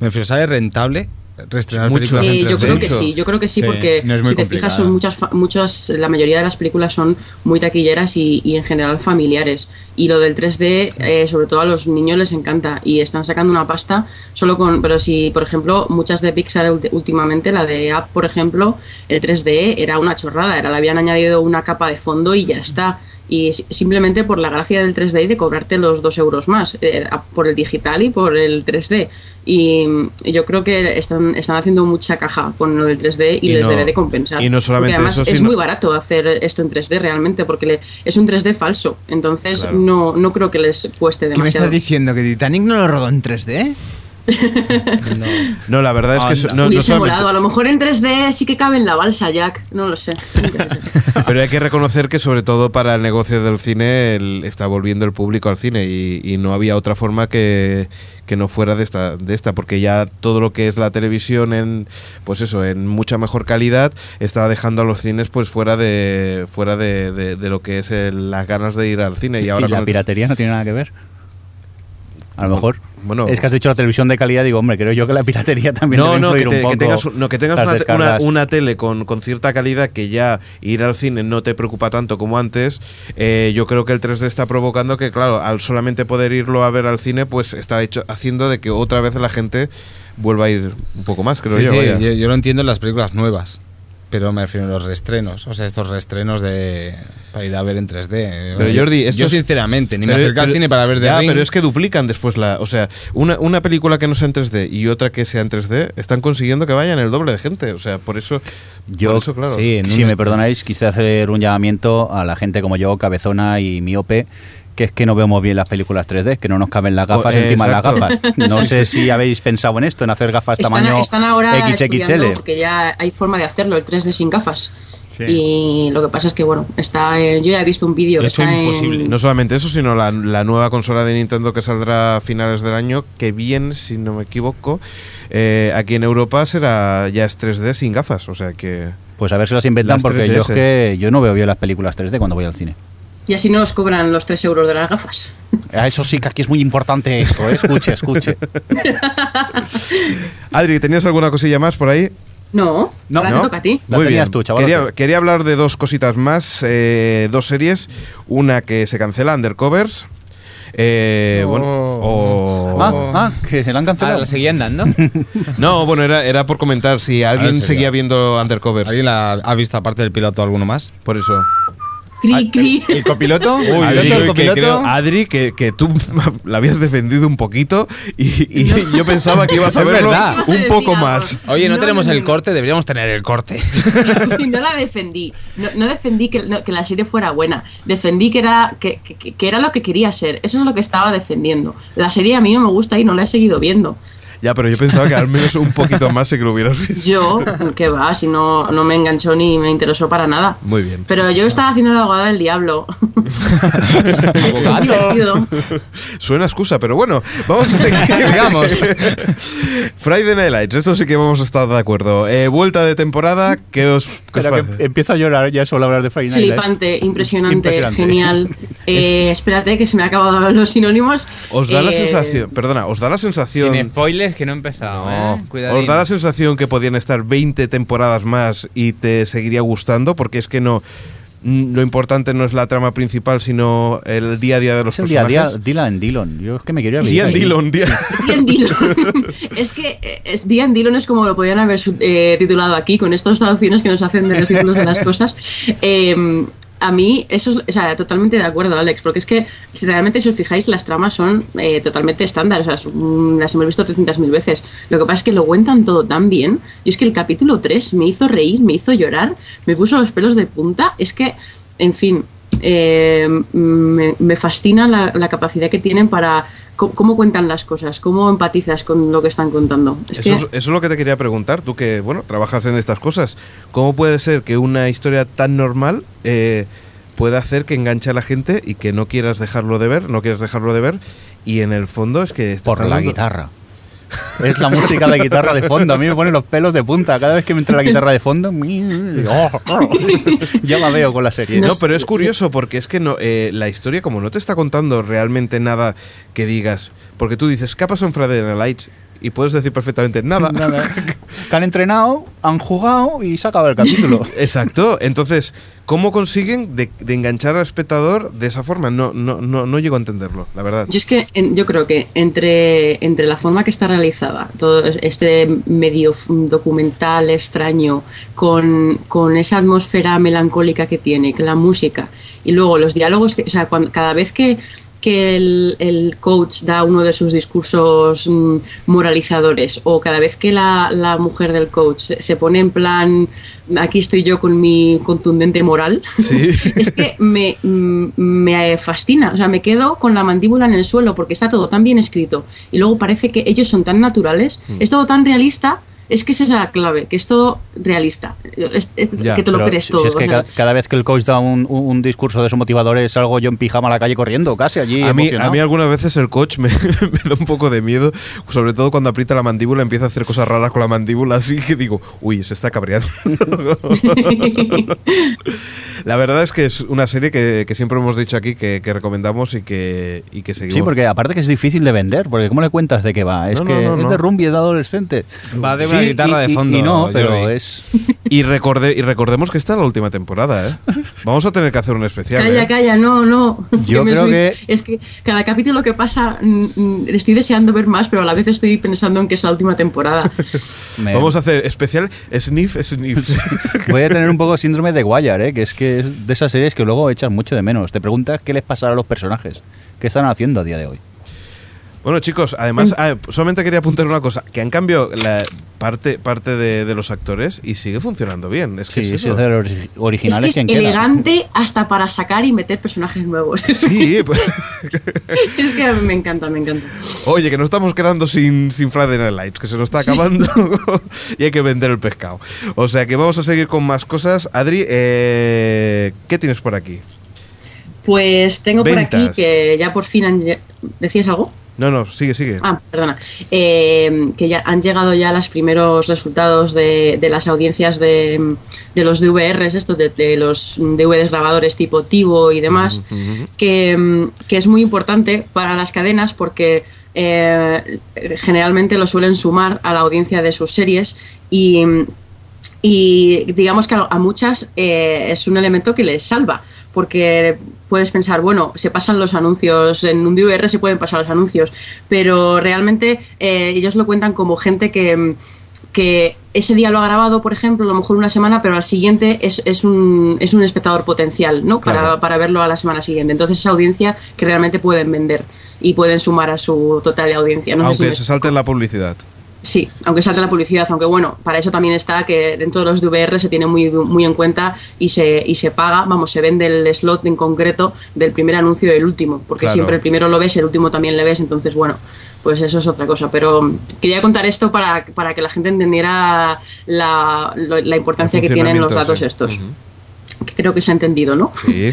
C: Me refiero, ¿sabes rentable reestrenar
B: Mucho.
C: películas
E: Eh,
C: en 3D?
E: yo creo que
F: Mucho.
E: sí, yo creo que sí,
F: Sí,
E: porque
F: no es muy
E: si te fijas
F: complicado.
E: son muchas, fa- muchas, la mayoría de las películas son muy taquilleras y, y en general familiares. Y lo del 3D, eh, sobre todo a los niños les encanta y están sacando una pasta solo con, pero si por ejemplo muchas de Pixar ulti- últimamente, la de App por ejemplo, el 3D era una chorrada, era le habían añadido una capa de fondo y ya está. y si- simplemente por la gracia del 3D y de cobrarte los dos euros más eh, a- por el digital y por el 3D. Y mm, yo creo que están, están haciendo mucha caja con lo del 3D y,
B: Y
E: les
B: no-
E: debe de compensar.
B: y no solamente
E: Porque además
B: eso,
E: es
B: sino-
E: muy barato hacer esto en 3D realmente porque le- es un 3D falso. Entonces
B: Claro.
E: no, no creo que les cueste
F: ¿Qué me
E: demasiado.
F: estás diciendo? ¿Que Titanic no lo rodó en 3D?
B: No, la verdad es que so- no, no
E: Hubiese
B: solamente-
E: molado. A lo mejor en 3D sí que cabe en la balsa, Jack. No lo sé.
B: Pero hay que reconocer que sobre todo para el negocio del cine el- está volviendo el público al cine y, y no había otra forma que, que no fuera de esta, de esta, porque ya todo lo que es la televisión en pues eso, en mucha mejor calidad, estaba dejando a los cines pues fuera de fuera de, de- de lo que es el- las ganas de ir al cine y ahora
D: la
B: con el-
D: piratería no tiene nada que ver. A lo mejor.
B: Bueno.
D: es que has dicho la televisión de calidad, digo, hombre, creo yo que la piratería también
B: no,
D: debe
B: no, que,
D: influir
B: te-
D: un poco.
B: que tengas, no, que tengas
D: las
B: una, te- una,
D: descargas.
B: una tele con, con cierta calidad que ya ir al cine no te preocupa tanto como antes, eh, yo creo que el 3D está provocando que, claro, al solamente poder irlo a ver al cine, pues está hecho, haciendo de que otra vez la gente vuelva a ir un poco más, creo
C: Sí,
B: yo.
C: sí,
B: vaya.
C: yo, yo lo entiendo en las películas nuevas, pero me refiero a los reestrenos, o sea, estos reestrenos de para ir a ver en 3D.
B: Pero
C: Yo-
B: Jordi, esto
C: yo
B: es-
C: sinceramente ni me
B: Pero-
C: acerqué al
B: pero-
C: cine para ver de
B: Ya, pero es que duplican después la. O sea, una, una película que no sea en 3D y otra que sea en 3D, están consiguiendo que vayan el doble de gente. O sea, por eso.
D: Yo,
B: por eso, claro.
C: sí, en un
D: si me
C: estreno.
D: perdonáis, quise hacer un llamamiento a la gente como yo, cabezona y miope, que es que no vemos bien las películas 3D, que no nos caben las gafas
B: Co- eh,
D: encima de las
B: exacto.
D: gafas. No sé si habéis pensado en esto, en hacer gafas
E: Están,
D: tamaño
E: están ahora estudiando
D: XXL.
E: porque ya hay forma de hacerlo, el 3D sin gafas.
F: Sí.
E: Y lo que pasa es que, bueno, está en- yo ya he visto un vídeo. que
C: Eso
E: está en-
C: imposible.
B: No solamente eso, sino la, la nueva consola de Nintendo que saldrá a finales del año, que bien, si no me equivoco, eh, aquí en Europa será ya es 3D sin gafas, o sea que...
D: Pues a ver si las inventan,
B: Las
D: porque yo es
B: 3DS.
D: que yo no veo bien las películas 3D cuando voy al cine.
E: Y así no os cobran los 3 euros de las gafas.
D: A Eso sí que aquí es muy importante esto, ¿eh? escuche, escuche.
B: Adri, ¿tenías alguna cosilla más por ahí?
E: No,
D: No,
E: ahora
B: ¿No?
E: te toca a ti.
D: La
B: Muy
D: tenías
B: bien.
D: tú, chaval.
B: quería, quería hablar de dos cositas más, eh, dos series, una que se cancela, Undercovers. eh, bueno, o-
D: Ah, ah, que se la han
F: Ah,
D: cancelado.
F: ¿la seguían dando?
B: No, bueno, era, era por comentar si alguien
C: sería.
B: seguía viendo Undercovers.
C: ¿Alguien la- ha visto aparte del piloto alguno más?
B: Por eso. Ah,
E: Cri, cri.
F: ¿El copiloto? ¿El
B: Adri,
F: piloto, el
B: que creo,
F: copiloto?
B: Adri, que, que tú la habías defendido un poquito y, y yo pensaba que ibas a
C: Es
B: verlo
C: verdad.
E: Ibas a
B: un
E: decir
B: poco
E: algo.
B: más.
C: Oye, no,
E: No,
C: tenemos
E: no,
C: el
E: no.
C: corte, deberíamos tener el corte.
E: Y no la defendí. No, no defendí que, no- que la serie fuera buena. Defendí que era, que, que- que era lo que quería ser. Eso es lo que estaba defendiendo. La serie a mí no me gusta y no la he seguido viendo.
B: Ya, pero yo pensaba que al menos un poquito más sí que lo hubieras visto.
E: Yo, que va, si no, no me enganchó ni me interesó para nada.
B: Muy bien.
E: Pero yo estaba haciendo de abogada del diablo. Es divertido.
B: Suena excusa, pero bueno, vamos a seguir.
F: Digamos.
B: Friday Night Lights, esto sí que vamos a estar de acuerdo. Eh, vuelta de temporada, ¿qué os, qué os
D: Espera, que
B: parece?
D: empiezo a llorar ya solo hablar de Friday Night Lights.
E: Flipante, impresionante,
D: Impresionante.
E: genial. Eh, espérate que se me han acabado los sinónimos.
B: Os da la
E: Eh,
B: sensación, perdona, os da la sensación...
F: Sin spoilers, que no he empezado, ¿eh? Cuidadín.
B: ¿Os da la sensación que podían estar 20 temporadas más y te seguiría gustando? Porque es que no. mm, Lo importante no es la trama principal, sino el día a día de los
D: Es el día a
B: personajes.
D: día Dylan Dillon. Yo es que me quiero ir a
B: Ian
D: vivir ahí.
B: Dillon, día-
E: Ian Dillon. es que eh, es, Ian Dillon es como lo podían haber sub- eh, titulado aquí, con estas traducciones que nos hacen de los títulos de las cosas. Eh, a mí, eso es, o sea, totalmente de acuerdo, Alex, porque es que si realmente, si os fijáis, las tramas son eh, totalmente estándar, o sea, es un- las hemos visto 300.000 veces. Lo que pasa es que lo cuentan todo tan bien. Y es que el capítulo 3 me hizo reír, me hizo llorar, me puso los pelos de punta. Es que, en fin, eh, me, me fascina la, la capacidad que tienen para co- cómo, cuentan las cosas, cómo empatizas con lo que están contando. Es
B: Eso,
E: que,
B: es, eh. eso es lo que te quería preguntar, tú que, bueno, trabajas en estas cosas. ¿Cómo puede ser que una historia tan normal eh, pueda hacer que enganche a la gente y que no quieras dejarlo de ver, no quieras dejarlo de ver? Y en el fondo es que... te
D: Por
B: están
D: la
B: dando-
D: guitarra. Es la música de guitarra de fondo. A mí me ponen los pelos de punta. Cada vez que me entra la guitarra de fondo, ya me veo con la serie.
E: No
B: Eh, No, pero es curioso porque es que no, eh, la historia, como no te está contando realmente nada que digas, porque tú dices, ¿qué ha pasado en Friday Night Lights? y puedes decir perfectamente nada.
D: Nada. que han entrenado, han jugado y se ha acabado el capítulo.
B: Exacto. Entonces, ¿cómo consiguen de, de enganchar al espectador de esa forma? No, no, no, no llego a entenderlo, la verdad.
E: Yo es que en- yo creo que entre, entre la forma que está realizada, todo este medio f- documental extraño, con, con esa atmósfera melancólica que tiene, que la música, y luego los diálogos, que, o sea, cuan- cada vez que, que el, el coach da uno de sus discursos mm, moralizadores, o cada vez que la, la mujer del coach se- se pone en plan, aquí estoy yo con mi contundente moral,
B: Sí.
E: es que me, mm, me fascina, o sea, me quedo con la mandíbula en el suelo porque está todo tan bien escrito y luego parece que ellos son tan naturales,
D: Mm.
E: es todo tan realista, es que es esa la clave, que es todo realista, es- es-
B: Ya,
E: que te lo
D: Pero
E: crees
D: si-
E: todo.
D: Si es que
E: o sea.
D: ca- cada, vez que el coach da un, un- un discurso de esos motivadores, salgo yo en pijama a la calle corriendo, casi allí.
B: A mí, a
D: emocionado.
B: mí algunas veces el coach me, me da un poco de miedo, sobre todo cuando aprieta la mandíbula, empieza a hacer cosas raras con la mandíbula, así que digo, uy, se está cabreando. la verdad es que es una serie que, que siempre hemos dicho aquí que, que recomendamos y que, y que seguimos.
D: Sí, porque aparte que es difícil de vender, porque ¿cómo le cuentas de qué va? Es
B: No,
D: que
B: no, no,
D: es
B: no.
D: de rumbi, es de adolescente.
C: Va de una
D: Sí,
C: guitarra
D: y-
C: de
D: y-
C: fondo.
D: Y no, pero
C: Jordi.
D: es.
B: Y, recorde, y recordemos que esta es la última temporada, ¿eh? Vamos a tener que hacer un especial.
E: Calla,
B: ¿eh?
E: calla, no, no.
D: Yo
E: me
D: creo que-
E: Es que cada capítulo que pasa mm, mm, estoy deseando ver más, pero a la vez estoy pensando en que es la última temporada.
D: me-
B: Vamos a hacer especial Sniff Sniff.
D: Voy a tener un poco de síndrome de Wire, ¿eh? que es que es de esas series que luego echas mucho de menos. Te preguntas qué les pasará a los personajes, qué están haciendo a día de hoy.
B: Bueno, chicos, además, ah, solamente quería apuntar una cosa, que han cambiado la parte, parte de, de los actores y sigue funcionando bien. Es que
D: Sí,
B: es
D: sí,
B: eso.
D: es de los ori-
E: es que
D: originales
E: es
D: quien queda.
E: elegante hasta para sacar y meter personajes nuevos.
B: Sí, pues,
E: es que me encanta, me encanta.
B: oye, que nos estamos quedando sin, sin Friday Night Lights, que se nos está acabando y hay que vender el pescado. O sea que vamos a seguir con más cosas. Adri, eh, ¿qué tienes por aquí?
E: Pues tengo por
B: Ventas.
E: aquí que ya por fin han lle- ¿Decías algo?
B: No, no, sigue, sigue.
E: Ah, perdona. Eh, que ya han llegado ya los primeros resultados de, de las audiencias de, de los DVRs, estos de, de los DVDs grabadores tipo Tivo y demás, que, mm, que es muy importante para las cadenas porque eh, generalmente lo suelen sumar a la audiencia de sus series y mm, y digamos que a, a muchas eh, es un elemento que les salva, porque puedes pensar, bueno, se pasan los anuncios, en un DVR se pueden pasar los anuncios, pero realmente eh, ellos lo cuentan como gente que, mm, que ese día lo ha grabado, por ejemplo, a lo mejor una semana, pero al siguiente es, es un, es un espectador potencial, ¿no?
B: Claro.
E: Para, para verlo a la semana siguiente. Entonces esa audiencia que realmente pueden vender y pueden sumar a su total de audiencia. No sé si
B: Aunque
E: me-
B: se salte en la publicidad.
E: Sí, aunque salte la publicidad, aunque bueno, para eso también está que dentro de los DVR se tiene muy, muy en cuenta y se, y se paga, vamos, se vende el slot en concreto del primer anuncio y el último, porque
B: Claro.
E: siempre el primero lo ves, el último también le ves, entonces bueno, pues eso es otra cosa. Pero mm, quería contar esto para, para que la gente entendiera la, lo- la importancia
B: El
E: que tienen los
B: funcionamiento,
E: datos
B: sí.
E: estos. Que creo que se ha entendido, ¿no?
B: Sí.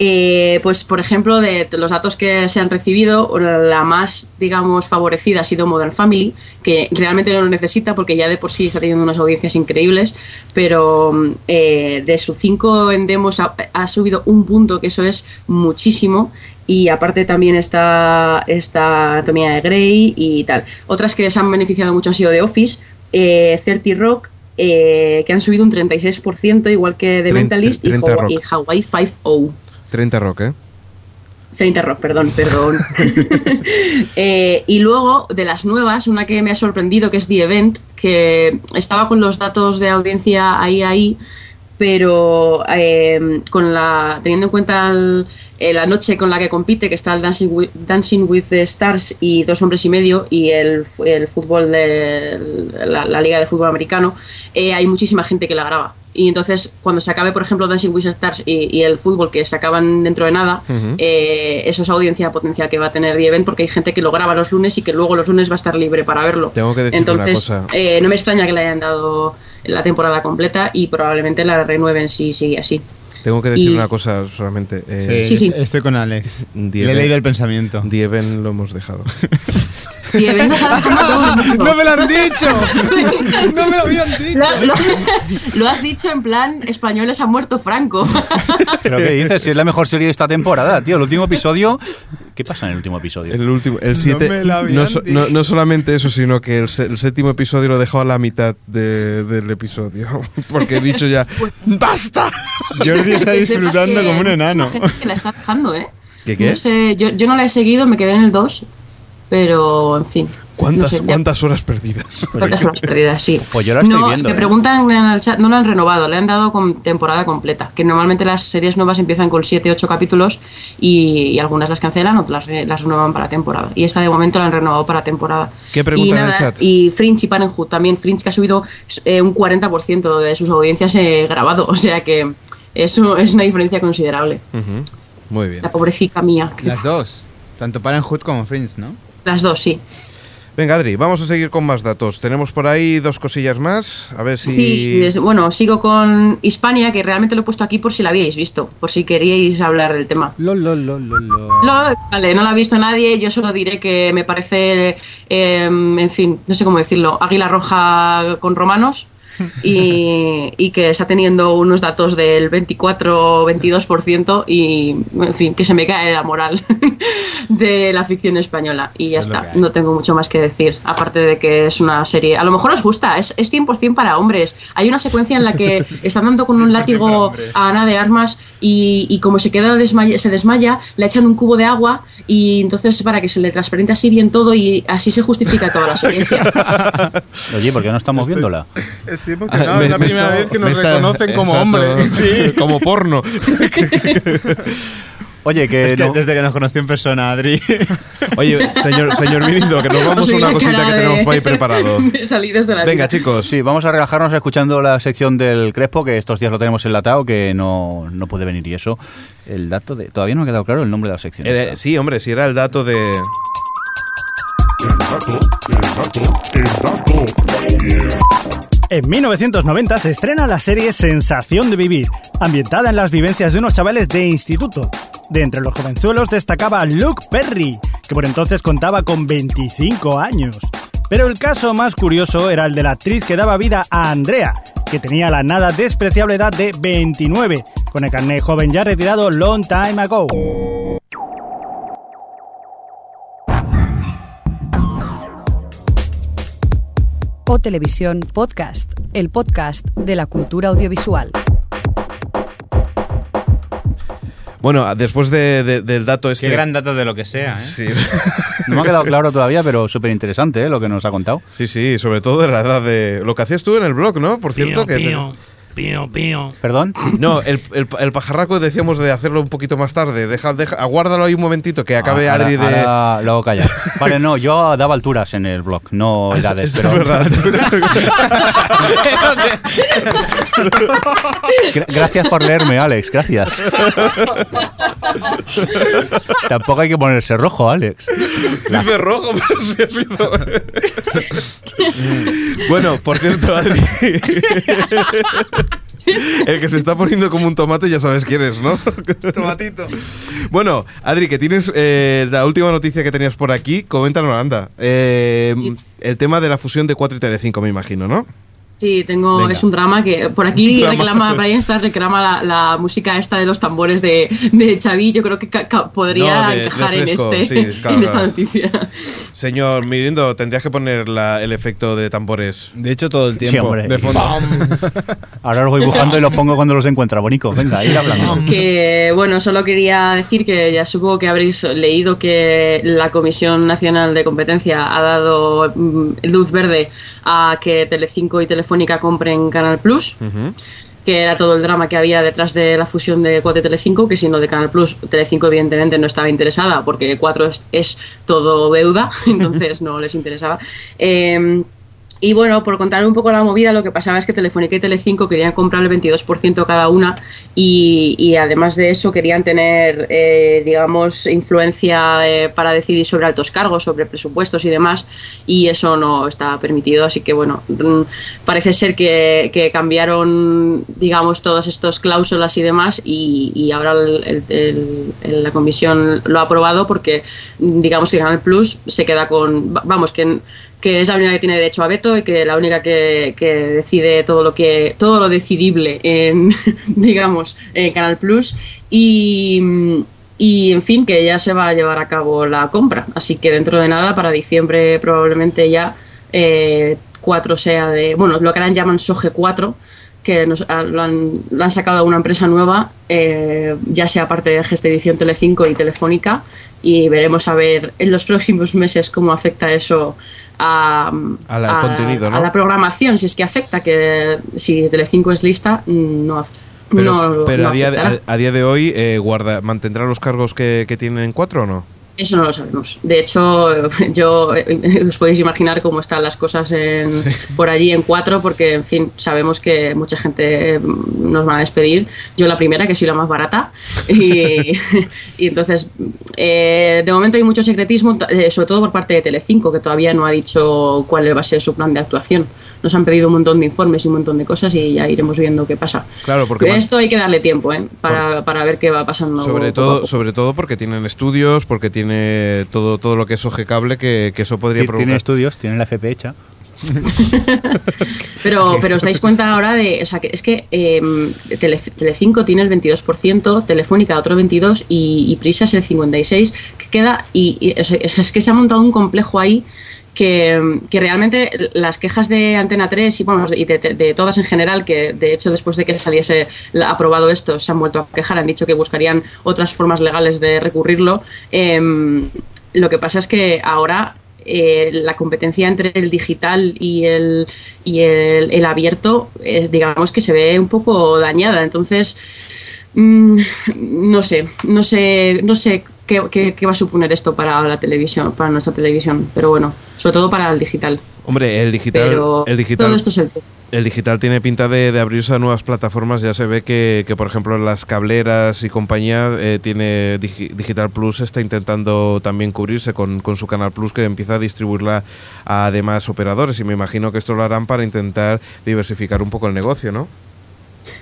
E: Eh, pues, por ejemplo, de los datos que se han recibido, la más, digamos, favorecida ha sido Modern Family, que realmente no lo necesita porque ya de por sí está teniendo unas audiencias increíbles, pero mm, eh, de sus cinco endemos ha, ha subido un punto, que eso es muchísimo. Y aparte también está esta Anatomía de Grey y tal. Otras que se han beneficiado mucho han sido The Office, eh, 30 Rock, eh, que han subido un 36%, igual que The
B: Tren-
E: Mentalist y
B: 30
E: Hawa-
B: Rock.
E: y Hawaii 5
B: 30 Rock, ¿eh?
E: 30 Rock, perdón, perdón. Eh, y luego, de las nuevas, una que me ha sorprendido, que es The Event, que estaba con los datos de audiencia ahí, ahí, pero eh, con la, teniendo en cuenta el- eh, la noche con la que compite, que está el Dancing with, Dancing with the Stars y Dos Hombres y Medio, y el, fu- el fútbol de la, la Liga de Fútbol Americano, eh, hay muchísima gente que la graba. Y entonces, cuando se acabe, por ejemplo, Dancing with the Stars y, y el fútbol, que se acaban dentro de nada,
B: Ujú.
E: eh, eso es audiencia potencial que va a tener The Event, porque hay gente que lo graba los lunes y que luego los lunes va a estar libre para verlo.
B: Tengo que decirte
E: Entonces,
B: una cosa.
E: eh, no me extraña que le hayan dado la temporada completa y probablemente la renueven si sigue así.
B: Tengo que decir
E: Y-
B: una cosa solamente. eh,
E: Sí, sí.
F: Estoy con Alex.
B: Die-
F: Le he leído el pensamiento.
B: Dieven lo hemos dejado.
E: Y de vengas a dar como todo
F: ¡Ah!
E: el mundo.
C: ¡No me lo han dicho! ¡No me lo habían dicho!
E: Lo, lo- lo has dicho en plan, españoles ha muerto Franco.
D: ¿Pero qué dices? Si es la mejor serie de esta temporada, tío. El último episodio. ¿Qué pasa en el último episodio?
B: El último, el
F: me
B: 7.
F: la
B: No,
F: habían
B: so-
F: dicho.
B: no- no solamente eso, sino que el, se- el séptimo episodio lo dejó a la mitad de- del episodio. Porque he dicho ya. ¡Basta!
F: Jordi está
E: Que sepas
F: disfrutando
E: que
F: como un
E: hay
F: enano.
E: muchísima gente que la está dejando, ¿eh?
B: ¿Qué, qué?
E: No sé, yo, yo no la he seguido, me quedé en el 2, pero en fin.
B: ¿Cuántas,
E: no sé, ya-
B: cuántas horas perdidas?
E: cuántas horas perdidas, sí.
D: Pues yo la estoy
E: no,
D: viendo,
E: Me
D: ¿eh?
E: preguntan en el chat, no la han renovado, le han dado con temporada completa. Que normalmente las series nuevas empiezan con 7, 8 capítulos y, y algunas las cancelan, otras re- las renuevan para temporada. Y esta de momento la han renovado para temporada.
B: ¿Qué preguntan
E: y
B: en el chat?
E: Y Fringe y Parenthood también. Fringe que ha subido eh, un 40% de sus audiencias eh, grabado. O sea que eso es una diferencia considerable.
B: Ujú, Muy bien.
E: La pobrecita mía. que-
F: Las dos. Tanto Parenthood como Friends, ¿no?
E: las dos, sí.
B: Venga, Adri, vamos a seguir con más datos. Tenemos por ahí dos cosillas más. A ver si.
E: Sí, es- bueno, sigo con Hispania, que realmente lo he puesto aquí por si la habíais visto, por si queríais hablar del tema. No, vale, no la ha visto nadie, yo solo diré que me parece, eh, en fin, no sé cómo decirlo, águila roja con romanos y, y que está teniendo unos datos del 24-22% y, en fin, que se me cae la moral de la ficción española y ya
F: Es lo
E: está,
F: que hay.
E: no tengo mucho más que decir, aparte de que es una serie, a lo mejor os gusta, es, es 100% para hombres, hay una secuencia en la que están dando con un látigo a Ana de Armas y, y como se queda desmaya- se desmaya, le echan un cubo de agua y entonces para que se le transparente así bien todo y así se justifica toda la secuencia.
D: Oye, ¿por qué no estamos viéndola?
H: Estoy emocionado,
B: Ah, me-
H: es la
B: me
H: primera
B: está-
H: vez que
B: me
H: nos
B: está-
H: reconocen como
B: exacto,
H: hombres.
B: Como porno.
D: Oye, que,
F: es que
D: no-
F: desde que nos conoció en persona, Adri.
B: Oye, señor, señor Mirindo, que nos vamos
E: Os
B: a
E: vi
B: una
E: la
B: cosita
E: cara
B: que
E: de-
B: tenemos por ahí preparado.
E: de salidas de la
B: Venga,
E: vida.
B: chicos.
D: Sí, vamos a relajarnos escuchando la sección del Crespo, que estos días lo tenemos enlatado, que no, no puede venir. Y eso, el dato de. Todavía no me ha quedado claro el nombre de la sección.
B: Era- eh, sí, hombre, si era el dato de.
I: En 1990 se estrena la serie Sensación de Vivir, ambientada en las vivencias de unos chavales de instituto. De entre los jovenzuelos destacaba Luke Perry, que por entonces contaba con 25 años. Pero el caso más curioso era el de la actriz que daba vida a Andrea, que tenía la nada despreciable edad de 29, con el carnet joven ya retirado long time ago.
A: O Televisión Podcast, el podcast de la cultura audiovisual.
B: Bueno, después de- de- del dato este.
F: Qué gran dato de lo que sea, ¿eh?
B: Sí.
D: No me ha quedado claro todavía, pero súper interesante ¿eh? lo que nos ha contado.
B: sí, sí, sobre todo de la edad de. Lo que hacías tú en el blog, ¿no? Por
G: Pío,
B: cierto, que.
G: pío, pío, pío.
D: Perdón.
B: No, el, el, el pajarraco decíamos de hacerlo un poquito más tarde. Deja, deja, aguárdalo ahí un momentito que acabe
D: Ah, ahora-
B: Adri de.
D: ahora lo hago callar. Vale, no, yo daba alturas en el blog, no edades,
B: Es
D: pero.
B: verdad.
D: Gra- gracias por leerme, Alex, gracias. Tampoco hay que ponerse rojo, Alex.
B: Dice rojo, pero sí ha sido- Mm. bueno, por cierto, Adri. El que se está poniendo como un tomate ya sabes quién es, ¿no?
F: Tomatito.
B: Bueno, Adri, que tienes eh, la última noticia que tenías por aquí, coméntanos, anda. Eh, el tema de la fusión de 4 y Telecinco, me imagino, ¿no?
E: Sí, tengo,
B: Venga.
E: es un drama que por aquí
B: Drama.
E: reclama Brian Star, reclama la, la música esta de los tambores de, de Xavi, yo creo que ca- ca- podría
B: No, de- de
E: encajar
B: fresco,
E: en, este,
B: sí, claro,
E: en esta
B: claro.
E: noticia.
B: Señor Mirindo, tendrías que poner la- el efecto de tambores.
C: De hecho, todo el
D: Sí,
C: tiempo,
D: hombre.
C: de fondo.
D: Ahora los voy buscando y los pongo cuando los encuentra, bonico. Venga, ir hablando.
E: que bueno, solo quería decir que ya supongo que habréis leído que la Comisión Nacional de Competencia ha dado mm, luz verde a que Telecinco y Telefónica compren Canal
B: Mm.
E: Plus. que era todo el drama que había detrás de la fusión de 4 y Telecinco, que siendo de Canal Plus, Telecinco evidentemente no estaba interesada porque 4 es, es todo deuda, entonces no les interesaba. Eh, Y bueno, por contar un poco la movida, lo que pasaba es que Telefónica y Telecinco querían comprar el 22% cada una y, y además de eso querían tener, eh, digamos, influencia eh, para decidir sobre altos cargos, sobre presupuestos y demás y eso no estaba permitido. Así que bueno, mm, parece ser que, que cambiaron, digamos, todas estas cláusulas y demás y, y ahora el- el- el- la comisión lo ha aprobado porque, mm, digamos, que Canal Plus se queda con, va- vamos, que... en- que es la única que tiene derecho a veto y que la única que, que decide todo lo que todo lo decidible en digamos en Canal Plus y mm, y en fin que ya se va a llevar a cabo la compra así que dentro de nada para diciembre probablemente ya eh, 4 sea de bueno lo que ahora llaman Soge 4 que nos, a- lo, han, lo han sacado a una empresa nueva, eh, ya sea parte de Gesta Edición Telecinco y Telefónica, y veremos a ver en los próximos meses cómo afecta eso a,
B: A la- al contenido, ¿no?
E: a la programación, si es que afecta, que si Telecinco es lista, no, af- no,
B: pero
E: no
B: a, día de,
E: afectará.
B: a- a día de hoy, eh, guarda, ¿mantendrá los cargos que, que tienen en cuatro o no?
E: Eso no lo sabemos. De hecho, yo eh, os podéis imaginar cómo están las cosas en- por allí en cuatro, porque en fin, sabemos que mucha gente eh, nos va a despedir. Yo la primera, que soy la más barata. Y, y entonces, eh, de momento hay mucho secretismo, t- eh, sobre todo por parte de Telecinco, que todavía no ha dicho cuál va a ser su plan de actuación. Nos han pedido un montón de informes y un montón de cosas y ya iremos viendo qué pasa.
B: Claro, porque
E: De
B: man-
E: esto hay que darle tiempo, ¿eh? Para, para ver qué va pasando. poco
B: Sobre
E: a
B: todo,
E: poco.
B: sobre todo porque tienen estudios, porque tiene todo, todo lo que es OG cable, que, que eso podría provocar.
D: Tienen estudios, tienen la FP hecha.
E: Pero, pero os dais cuenta ahora de. O sea, que es que em, Tele, Telecinco tiene el 22%, Telefónica otro 22% y, y Prisa es el 56%, que queda. Y, y, o sea, es es que se ha montado un complejo ahí que, em, que realmente las quejas de Antena 3 y, bueno, y de, de- de todas en general, que de hecho después de que saliese la- aprobado esto, se han vuelto a quejar, han dicho que buscarían otras formas legales de recurrirlo. em, lo que pasa es que ahora eh, la competencia entre el digital y el, y el, el abierto, eh, digamos que se ve un poco dañada. Entonces, mm, no sé, no sé, no sé qué, qué- qué va a suponer esto para la televisión, para nuestra televisión, pero bueno, sobre todo para el digital.
B: Hombre, el digital,
E: Pero
B: el digital
E: todo esto es el
B: El digital tiene pinta de, de abrirse a nuevas plataformas. Ya se ve que, que, por ejemplo, las cableras y compañía eh, tiene Digi- Digital Plus está intentando también cubrirse con, con su canal Plus que empieza a distribuirla a demás operadores. Y me imagino que esto lo harán para intentar diversificar un poco el negocio, ¿no?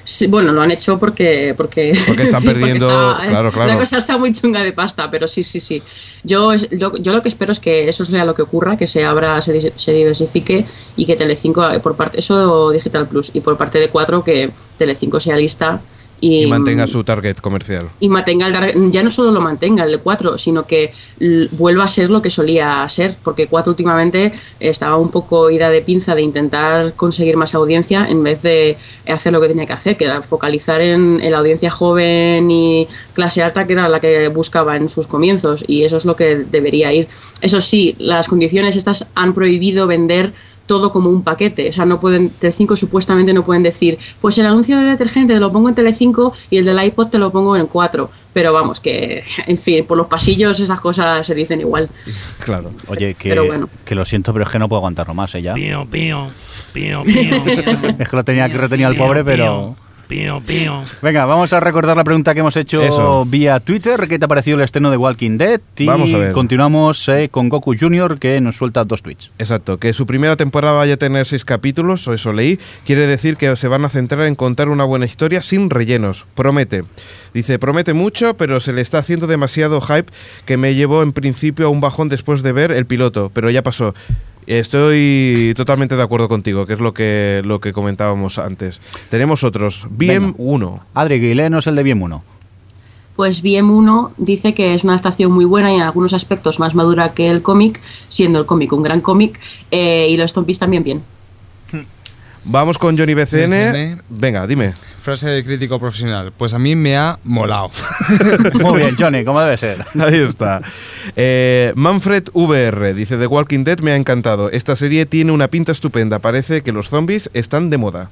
E: Sí, bueno, lo han hecho porque... Porque,
B: Porque están perdiendo- claro, claro.
E: La cosa está muy chunga de pasta, pero sí, sí, sí. Yo es- lo, yo lo que espero es que eso sea lo que ocurra, que se abra, se, dis- se diversifique y que Telecinco, eh, por parte... Eso Digital Plus. Y por parte de Cuatro, que Telecinco sea lista y...
B: Y mantenga su target comercial.
E: y mantenga el dar- ya no solo lo mantenga el 4, sino que l- vuelva a ser lo que solía ser, porque 4 últimamente estaba un poco ida de pinza de intentar conseguir más audiencia en vez de hacer lo que tenía que hacer, que era focalizar en, en la audiencia joven y clase alta, que era la que buscaba en sus comienzos, y eso es lo que debería ir. Eso sí, las condiciones estas han prohibido vender todo como un paquete. O sea, no pueden, Telecinco supuestamente no pueden decir, pues el anuncio de detergente te lo pongo en Telecinco y el del iPod te lo pongo en 4. Pero vamos, que, en fin, por los pasillos esas cosas se dicen igual.
B: Claro.
D: Oye, que,
E: Pero bueno.
D: que lo siento, pero es que no puedo aguantarlo más, ¿eh? Ya.
G: Pío, pío, pío, pío.
D: Es que lo tenía aquí retenido al pobre, pero...
G: Pío, pío.
D: Venga, vamos a recordar la pregunta que hemos hecho
B: Eso.
D: vía Twitter. ¿Qué te ha parecido el estreno de Walking Dead? Y
B: Vamos a ver.
D: continuamos eh, con Goku Jr., que nos suelta dos tweets.
B: Exacto, que su primera temporada vaya a tener seis capítulos, o eso leí, quiere decir que se van a centrar en contar una buena historia sin rellenos, promete. Dice, promete mucho, pero se le está haciendo demasiado hype que me llevó en principio a un bajón después de ver el piloto, pero ya pasó. Estoy totalmente de acuerdo contigo, que es lo que, lo que comentábamos antes. Tenemos otros, BM1.
D: Adri, que léenos el de Bien Uno.
E: Pues BM1 dice que es una adaptación muy buena y en algunos aspectos más madura que el cómic, siendo el cómic un gran cómic, eh, y los zombies también bien.
B: Vamos con Johnny BCN.
H: BCN.
B: Venga, dime.
H: Frase de crítico profesional. Pues a mí me ha molado.
D: Muy bien, Johnny, ¿cómo debe ser?
B: Ahí está. Eh, Manfred VR dice: The Walking Dead me ha encantado. Esta serie tiene una pinta estupenda. Parece que los zombies están de moda.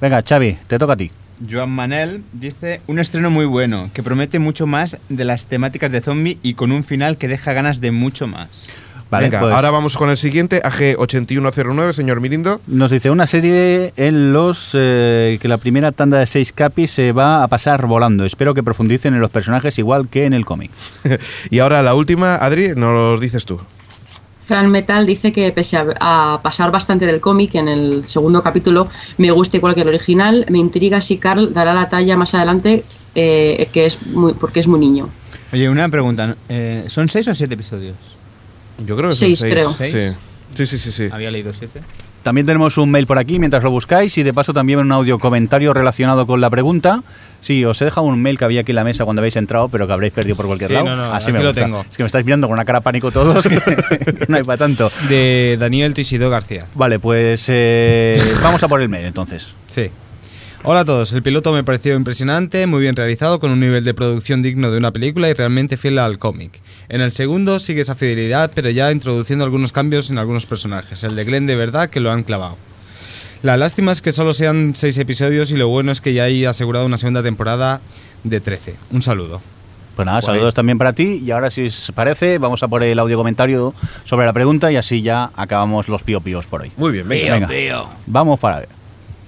D: Venga, Xavi, te toca a ti.
F: Joan Manel dice un estreno muy bueno, que promete mucho más de las temáticas de zombie y con un final que deja ganas de mucho más.
D: Vale,
B: Venga,
D: pues-
B: ahora vamos con el siguiente, AG8109, señor Mirindo.
D: Nos dice una serie en los eh, que la primera tanda de seis capis se va a pasar volando. Espero que profundicen en los personajes igual que en el cómic.
B: y ahora la última, Adri, nos lo dices tú.
E: Fran Metal dice que pese a, a pasar bastante del cómic en el segundo capítulo, me gusta igual que el original, me intriga si Carl dará la talla más adelante, eh, que es muy, porque es muy niño.
F: Oye, una pregunta. ¿no? Eh, ¿Son seis o siete episodios?
B: Yo creo que
E: Seis,
B: son seis.
E: creo.
B: Sí. Sí, sí, sí, sí.
F: Había leído siete.
D: También tenemos un mail por aquí mientras lo buscáis y de paso también un audio comentario relacionado con la pregunta. Sí, os he dejado un mail que había aquí en la mesa cuando habéis entrado, pero que habréis perdido por cualquier
C: Sí,
D: lado.
C: no, no,
D: Así
C: aquí
D: me
C: lo
D: gusta.
C: tengo.
D: Es que me estáis mirando con una cara de pánico todos, que, que no hay para tanto.
C: De Eh, Daniel Tisido García.
D: Vale, pues eh, vamos a por el mail entonces.
C: Sí. Hola a todos, el piloto me pareció impresionante, muy bien realizado, con un nivel de producción digno de una película y realmente fiel al cómic. En el segundo sigue esa fidelidad, pero ya introduciendo algunos cambios en algunos personajes. El de Glenn de verdad que lo han clavado. La lástima es que solo sean seis episodios y lo bueno es que ya hay asegurado una segunda temporada de 13. Un saludo.
D: Pues nada, saludos también para ti. Y ahora, si os parece, vamos a por el audio comentario sobre la pregunta y así ya acabamos los pío píos por hoy.
B: Muy bien, venga.
D: Venga, Vamos para ver.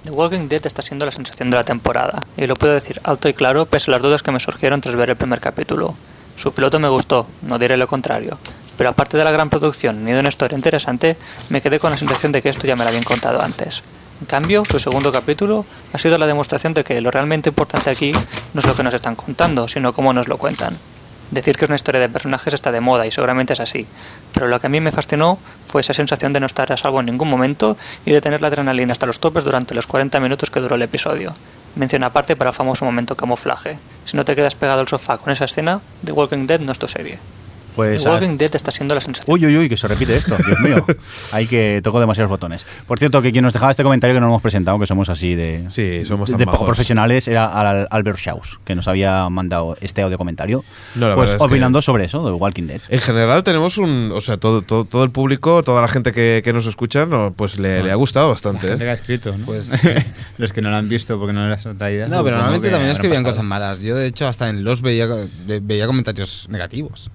J: The Walking Dead está siendo la sensación de la temporada, y lo puedo decir alto y claro pese a las dudas que me surgieron tras ver el primer capítulo. Su piloto me gustó, no diré lo contrario, pero aparte de la gran producción y de una historia interesante, me quedé con la sensación de que esto ya me lo habían contado antes. En cambio, su segundo capítulo ha sido la demostración de que lo realmente importante aquí no es lo que nos están contando, sino cómo nos lo cuentan. Decir que es una historia de personajes está de moda y seguramente es así, pero lo que a mí me fascinó fue esa sensación de no estar a salvo en ningún momento y de tener la adrenalina hasta los topes durante los 40 minutos que duró el episodio. Mención aparte para el famoso momento camuflaje. Si no te quedas pegado al sofá con esa escena, The Walking Dead no es tu serie.
D: Pues,
J: The
D: a-
J: Walking Dead está siendo la sensación.
D: Uy, uy, uy, que se repite esto, Dios mío. Hay que toco demasiados botones. Por cierto, que quien nos dejaba este comentario que no lo hemos presentado, que somos así de,
B: Sí, somos
D: de
B: tan
D: poco
B: majos.
D: profesionales, era al- Albert Schaus, que nos había mandado este audio comentario.
B: No, la
D: pues
B: verdad es que-
D: opinando sobre eso, de Walking Dead.
B: En general tenemos un, o sea, todo, todo, todo el público, toda la gente que, que nos escucha, no, pues
C: Ah.
B: le, le ha gustado
F: La
B: bastante.
F: gente que
B: ¿eh?
F: ha escrito, ¿no?
C: Pues,
F: los que no lo han visto porque no las han traído.
C: No, pero normalmente también escribían cosas
F: más.
C: malas. Yo, de hecho, hasta en los veía, de- veía comentarios negativos.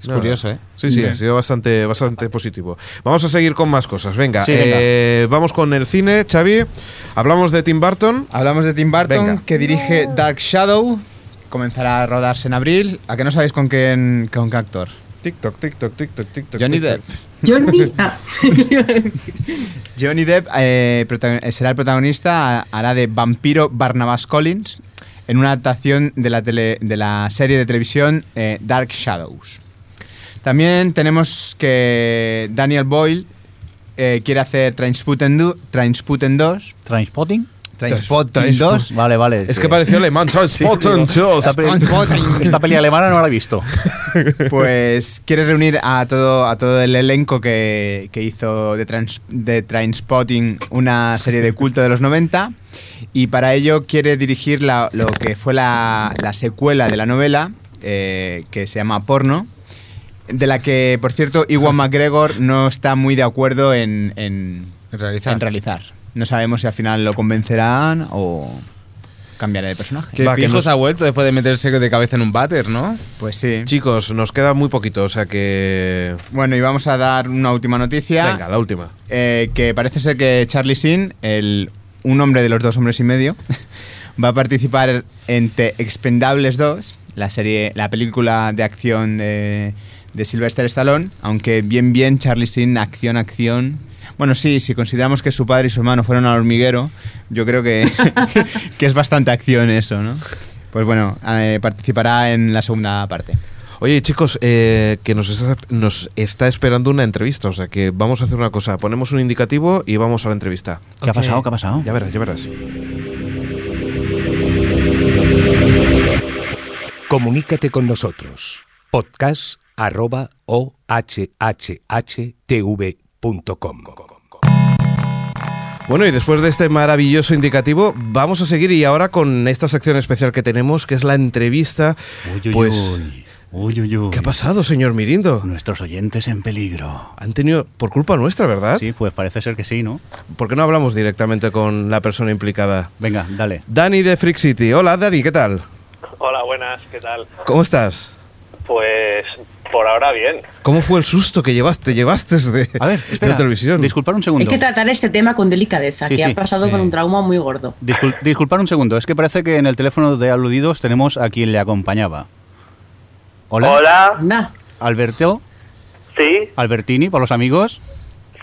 C: Es
B: No,
C: curioso, ¿eh?
B: Sí, sí, ha sido bastante, bastante positivo. Vamos a seguir con más cosas. Venga,
D: Sí, venga.
B: eh, vamos con el cine, Xavi. Hablamos de Tim Burton.
F: Hablamos de Tim Burton,
B: Venga.
F: que dirige Dark Shadow. Comenzará a rodarse en abril. ¿A que no sabéis con quién, con qué actor?
B: TikTok, TikTok, TikTok, TikTok.
F: Johnny
B: tic-toc.
F: Depp.
E: Johnny, ah,
F: Johnny Depp eh, prota- será el protagonista, ha- hará de vampiro Barnabas Collins en una adaptación de la, tele- de la serie de televisión eh, Dark Shadows. También tenemos que Daniel Boyle eh, quiere hacer Transputen 2. Transputen 2.
D: ¿Transpotting?
F: Transpotting 2.
D: Vale, vale.
B: Es que pareció alemán.
D: Sí, digo,
B: Transporten Joss.
D: esta, peli, esta peli alemana no la he visto.
F: Pues quiere reunir a todo, a todo el elenco que, que hizo de, Trans- de Trainspotting una serie de culto de los 90 y para ello quiere dirigir la- lo que fue la, la secuela de la novela eh, que se llama Porno, de la que, por cierto, Iwan McGregor no está muy de acuerdo en, en-
C: En realidad.
F: en realizar. No sabemos si al final lo convencerán o cambiará de personaje.
C: Que
B: Va, que
C: Pijos
B: nos-
C: ha vuelto después de meterse de cabeza en un váter, ¿no?
F: Pues sí.
B: Chicos, nos queda muy poquito, o sea que.
F: Bueno, y vamos a dar una última noticia.
B: Venga, la última.
F: Eh, que parece ser que Charlie Sin, el, un hombre de los dos hombres y medio, va a participar en The Expendables 2, la, serie, la película de acción de, de Sylvester Stallone, aunque bien, bien, Charlie Sin, acción, acción. Bueno, sí, si consideramos que su padre y su hermano fueron al hormiguero, yo creo que, que es bastante acción eso, ¿no? Pues bueno, eh, participará en la segunda parte.
B: Oye, chicos, eh, que nos está, nos está esperando una entrevista, o sea que vamos a hacer una cosa. Ponemos un indicativo y vamos a la entrevista.
D: ¿Qué ha pasado? ¿Qué ha pasado?
B: Ya verás, ya verás.
K: Comunícate con nosotros. Podcast arroba ohhhtv.com.
B: Bueno, y después de este maravilloso indicativo, vamos a seguir y ahora con esta sección especial que tenemos, que es la entrevista.
D: Uy, uy,
B: pues,
D: uy. Uy, uy, uy.
B: ¿qué ha pasado, señor Mirindo?
D: Nuestros oyentes en peligro.
B: Han tenido, por culpa nuestra, ¿verdad?
D: Sí, pues parece ser que sí, ¿no?
B: ¿Por qué no hablamos directamente con la persona implicada?
D: Venga, dale.
B: Dani de Freak City. Hola, Dani, ¿qué tal?
L: Hola, buenas, ¿qué tal?
B: ¿Cómo estás?
L: Pues por ahora bien.
B: ¿Cómo fue el susto que llevaste? Llevaste de, de televisión.
D: Disculpar un
E: Hay
D: segundo.
E: que tratar este tema con delicadeza,
D: Sí,
E: que
D: sí.
E: ha pasado
D: Sí.
E: por un trauma muy gordo.
D: Discul- disculpar un segundo. Es que parece que en el teléfono de aludidos tenemos a quien le acompañaba. Hola.
L: Hola.
D: Alberto.
L: Sí,
D: Albertini, por los amigos.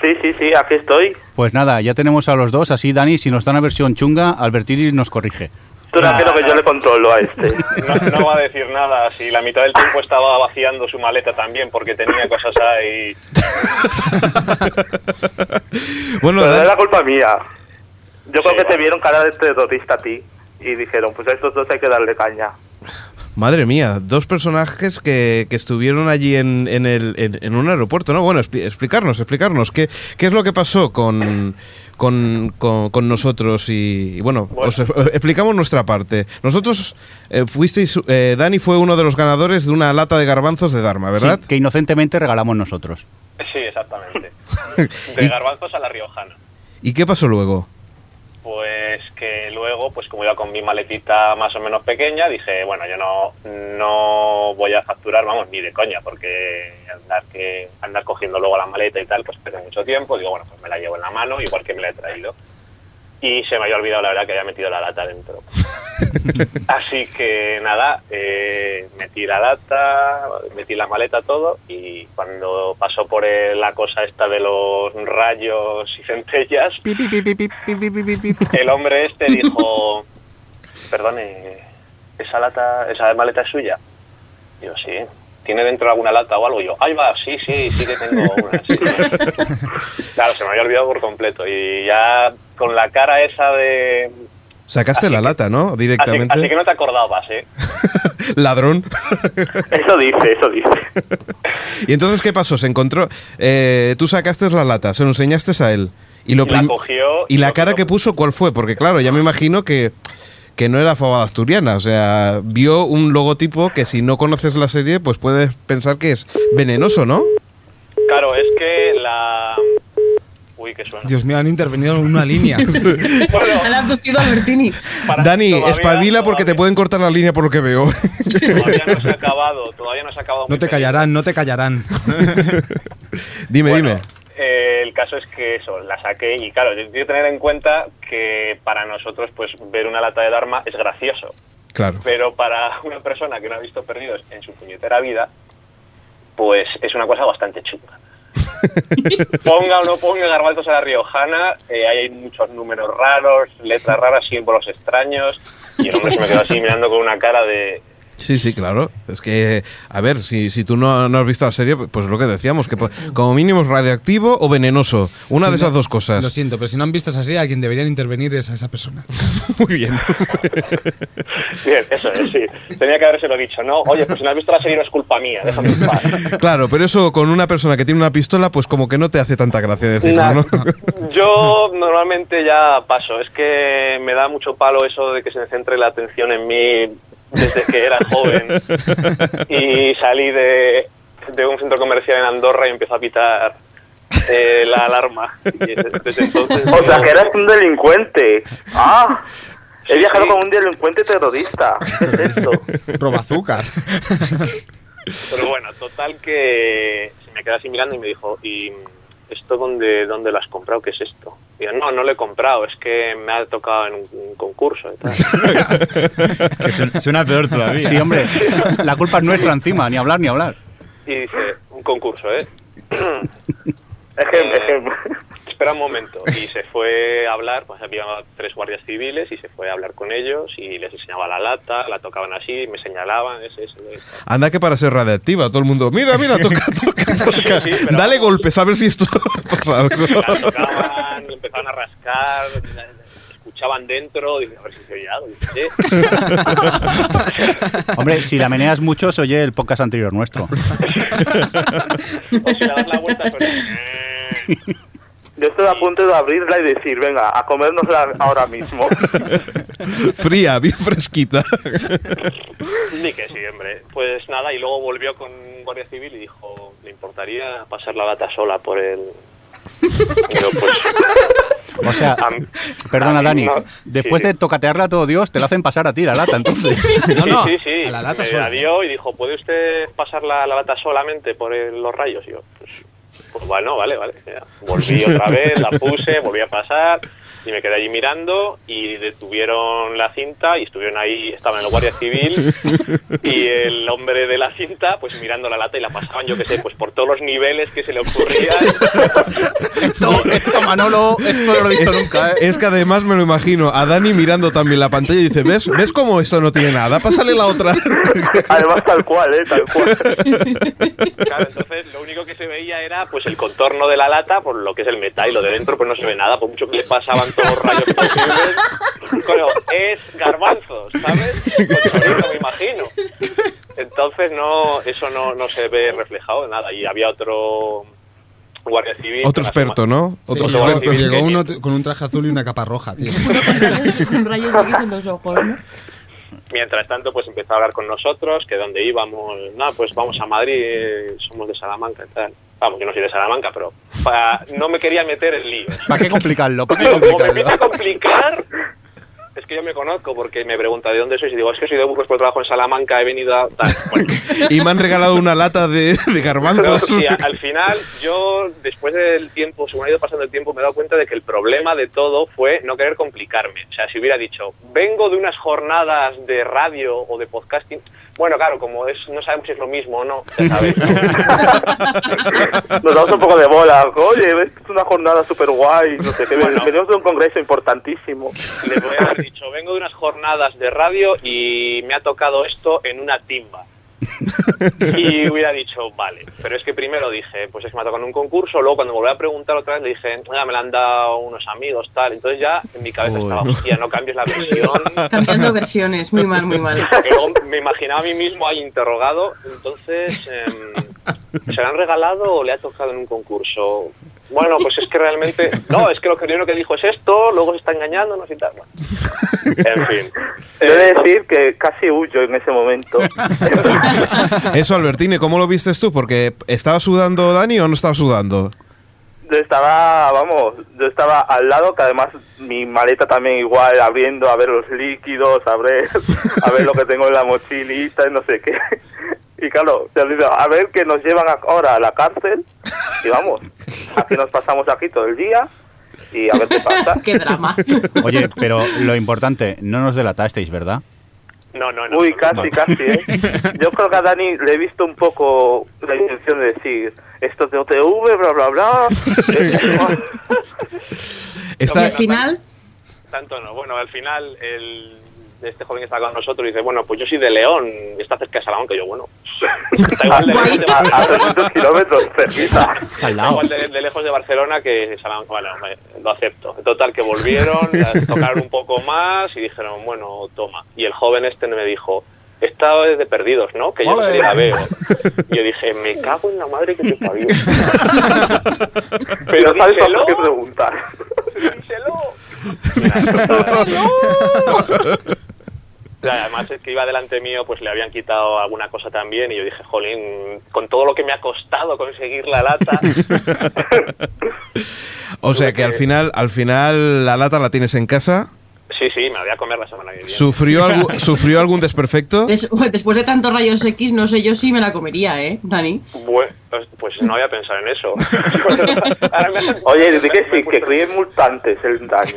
L: sí, sí, sí, aquí estoy.
D: Pues nada, ya tenemos a los dos. Así, Dani, si nos da una versión chunga, Albertini nos corrige.
L: Tú tranquilo que yo le controlo a este. No, Ah. no va a decir nada si la mitad del tiempo estaba vaciando su maleta también porque tenía cosas ahí.
B: Bueno,
L: Pero
B: Dani-
L: es la culpa mía. Yo creo que te vieron cara de terrorista a ti y dijeron, pues a estos dos hay que darle caña.
B: Madre mía, dos personajes que, que estuvieron allí en, en el, en, en un aeropuerto, ¿no? Bueno, expli- explicarnos, explicarnos, ¿qué, qué es lo que pasó con, con, con- con nosotros? Y, y bueno, os e- explicamos nuestra parte. Nosotros eh, fuisteis, eh, Dani fue uno de los ganadores de una lata de garbanzos de Dharma, ¿verdad?
D: Sí, que inocentemente regalamos nosotros.
L: Sí, exactamente.
B: ¿Y-
L: De garbanzos a la riojana.
B: ¿Y qué pasó luego?
L: Pues que luego, pues como iba con mi maletita más o menos pequeña, dije, bueno, yo no, no voy a facturar, vamos, ni de coña, porque andar que andar cogiendo luego la maleta y tal, pues pierde mucho tiempo. Digo, bueno, pues me la llevo en la mano, igual que me la he traído. Y se me había olvidado, la verdad, que había metido la lata dentro. Así que nada, eh, metí la lata, metí la maleta, todo, y cuando pasó por el- la cosa esta de los rayos y centellas, el hombre este dijo, perdone, ¿esa lata, esa maleta es suya? Yo, sí. ¿Tiene dentro alguna lata o algo? Y Yo, ahí va, sí, sí, sí que tengo una. sí". Claro, se me había olvidado por completo. Y ya con la cara esa de...
B: Sacaste la lata, ¿no?
L: Así,
B: Directamente.
L: así que no te acordabas, ¿eh?
B: Ladrón.
L: Eso dice, eso dice.
B: ¿Y entonces qué pasó? Se encontró. eh, tú sacaste la lata, se lo enseñaste a él. Y, lo
L: Y la
B: prim-
L: cogió
B: y la cara que puso, ¿cuál fue? Porque claro, ya me imagino que, que no era fabada asturiana. O sea, vio un logotipo que si no conoces la serie, pues puedes pensar que es venenoso, ¿no?
L: Claro, es que la... Uy, qué suena.
H: Dios mío, han intervenido en una línea.
E: Han abducido a Bertini.
B: Dani,
L: todavía-
B: espabila porque te pueden cortar la línea por lo que veo.
L: Todavía no se ha acabado, todavía no se ha acabado.
H: No te callarán, no te callarán.
B: dime, dime.
L: Eh, el caso es que eso, la saqué y claro, yo tengo que tener en cuenta que para nosotros pues ver una lata de Dharma es gracioso,
B: Claro.
L: pero para una persona que no ha visto perdidos en su puñetera vida, pues es una cosa bastante chunga. ponga o no ponga garbanzos a la riojana, eh, ahí hay muchos números raros, letras raras, símbolos extraños, y el hombre se me quedó así mirando con una cara de...
B: Sí, sí, claro. Es que, a ver, si, si tú no, no has visto la serie, pues lo que decíamos, que po- como mínimo es radioactivo o venenoso. Una
H: Si
B: de
H: no-
B: esas dos cosas.
H: Lo siento, pero si no han visto esa serie, a quien deberían intervenir es a esa persona.
B: Muy bien.
L: Bien, eso es, sí. Tenía que habérselo dicho, ¿no? Oye, pues si no has visto la serie no es culpa mía, déjame en paz.
B: Claro, pero eso con una persona que tiene una pistola, pues como que no te hace tanta gracia decirlo,
L: Nah.
B: ¿no?
L: Yo normalmente ya paso, es que me da mucho palo eso de que se centre la atención en mí desde que era joven y salí de, de un centro comercial en Andorra y empezó a pitar eh, la alarma. Y desde- desde entonces-
M: O sea, que eras un delincuente. Ah, he viajado con un delincuente terrorista. ¿Qué es esto?
H: Roba azúcar.
L: Pero bueno, total que se me quedó así mirando y me dijo, ¿y esto dónde, dónde lo has comprado? ¿Qué es esto? Y yo, no, no lo he comprado, es que me ha tocado en un- un concurso y tal.
F: Que suena, suena peor todavía.
D: Sí, hombre. La culpa es nuestra encima, ni hablar ni hablar.
L: Y dice, un concurso, ¿eh? Eh, Espera un momento. Y se fue a hablar, pues había tres guardias civiles y se fue a hablar con ellos y les enseñaba la lata, la tocaban así, me señalaban, ese, ese. ese.
B: Anda que para ser radioactiva, todo el mundo, mira, mira, toca, toca, toca.
L: Sí, sí, pero-
B: Dale golpes, a ver si esto pasa algo.
L: La tocaban, le empezaban a rascar, la- la- escuchaban dentro, dije, a ver si se oye algo. Dije, "Sí".
D: Hombre, si la meneas mucho, se oye el podcast anterior nuestro.
L: O si le das la vuelta, eh. suena.
M: Yo estoy a punto de abrirla y decir, venga, a comérnosla ahora mismo.
B: Fría, bien fresquita.
L: Ni que sí, hombre. Pues nada, y luego volvió con un guardia civil y dijo, ¿le importaría pasar la lata sola por el...? Pero pues,
D: O sea, perdona, Dani. después
L: sí.
D: de tocatearla a todo Dios, te la hacen pasar a ti la lata, entonces.
L: sí, sí, Eh, sí. Me la dio y dijo, ¿puede usted pasar la, la lata solamente por el- los rayos? Y yo, pues, pues bueno, vale, vale. ya. Volví otra vez, la puse, volví a pasar y me quedé allí mirando y detuvieron la cinta y estuvieron ahí, estaban en el Guardia Civil y el hombre de la cinta pues mirando la lata y la pasaban, yo qué sé, pues por todos los niveles que se le ocurría.
D: Esto, Manolo, esto no lo he visto
B: es,
D: nunca, ¿eh?
B: es que además me lo imagino a Dani mirando también la pantalla y dice, ¿ves? ¿Ves cómo esto no tiene nada? Pásale la otra.
M: Además, tal cual, ¿eh? Tal cual.
L: Claro, entonces lo único que se veía era pues el contorno de la lata, por lo que es el metal, y lo de dentro pues no se ve nada, por mucho que le pasaban todos los rayos posibles. Pero es garbanzos, ¿sabes? Con chorizo, me imagino. Entonces no, eso no, no se ve reflejado en nada. Y había otro guardia civil. con
B: Otro
L: la
B: experto, ¿no?
L: Sí,
B: Otro
L: yo-
B: experto.
L: Civil
H: Llegó
L: que-
H: uno t- con un traje azul y una capa roja, tío.
E: pues
N: Con rayos X en los ojos, ¿no?
L: Mientras tanto, pues empezó a hablar con nosotros, que dónde íbamos, nada, pues vamos a Madrid, eh, somos de Salamanca y tal. Vamos, yo no soy de Salamanca, pero pa- no me quería meter en lío.
D: ¿Para qué complicarlo? ¿Para qué
L: Como me
D: complicarlo?
L: empieza a complicar, es que yo me conozco porque me pregunta de dónde sois y digo, es que soy de Burgos, pero trabajo en Salamanca, he venido a... tal. Bueno,
B: Y me han regalado una lata de, de garbanzos.
L: sí, a- al final, yo después del tiempo, según ha ido pasando el tiempo, me he dado cuenta de que el problema de todo fue no querer complicarme. O sea, si hubiera dicho, vengo de unas jornadas de radio o de podcasting, bueno, claro, como es, no sabemos si es lo mismo o no, ya sabes.
M: Nos damos un poco de bola. Oye, es una jornada súper guay. No sé, qué. venimos de un congreso importantísimo.
L: le voy a haber dicho, vengo de unas jornadas de radio y me ha tocado esto en una timba. y hubiera dicho, vale, pero es que primero dije, pues es que me ha tocado en un concurso, luego cuando me volví a preguntar otra vez le dije, "Ah, me la han dado unos amigos, tal, entonces ya en mi cabeza estaba, hostia, no cambies la versión.
E: Cambiando versiones, muy mal, muy mal.
L: Porque luego me imaginaba a mí mismo ahí interrogado, entonces, em, ¿se la han regalado o le ha tocado en un concurso? Bueno, pues es que realmente, no, es que lo primero que dijo es esto, luego se está engañando, no sé tal. Bueno. En fin.
M: Yo
L: Eh,
M: he de decir que casi huyo en ese momento.
B: Eso, Albertine, ¿cómo lo vistes tú? Porque ¿estaba sudando Dani o no estaba sudando?
M: Yo estaba, vamos, yo estaba al lado, que además mi maleta también igual, abriendo a ver los líquidos, a ver, a ver lo que tengo en la mochilita y no sé qué. Y claro, se dice, a ver que nos llevan ahora a la cárcel y vamos, aquí nos pasamos aquí todo el día y a ver qué pasa.
E: Qué drama.
D: Oye, pero lo importante, no nos delatasteis, ¿verdad?
L: No, no,
M: Uy, casi,
D: Vale.
M: casi, ¿eh? Yo creo que a Dani le he visto un poco la intención de decir, esto es de OTV, bla, bla, bla.
E: Y al final,
L: Tanto no. Bueno, al final, el, este joven que está con nosotros dice, bueno, pues yo soy de León, está cerca de Salamanca. Y yo, bueno, está igual de, lejos de,
M: a, a 300 kilómetros cerquita.
L: está igual de- de lejos de Barcelona que Salamanca. Bueno, me- lo acepto. En total, que volvieron, las tocaron un poco más y dijeron, bueno, toma. Y el joven este me dijo... Esta es de perdidos, ¿no? Que yo
M: Ole.
L: no la veo. Y Yo dije, me cago en la madre que te parió. Pero
M: no sabes a
L: díselo.
M: qué preguntar.
L: Claro, además es que iba delante mío, pues le habían quitado alguna cosa también y yo dije, jolín, con todo lo que me ha costado conseguir la lata.
B: O sea que al final, al final la lata la tienes en casa.
L: sí, sí, me la voy a comer la semana que viene.
B: ¿Sufrió, algu- ¿sufrió algún desperfecto?
E: des- después de tantos rayos X, no sé yo si me la comería, ¿eh, Dani?
L: Bueno, pues no había pensado en eso.
M: Oye, dice que sí, que creen multantes el Dani.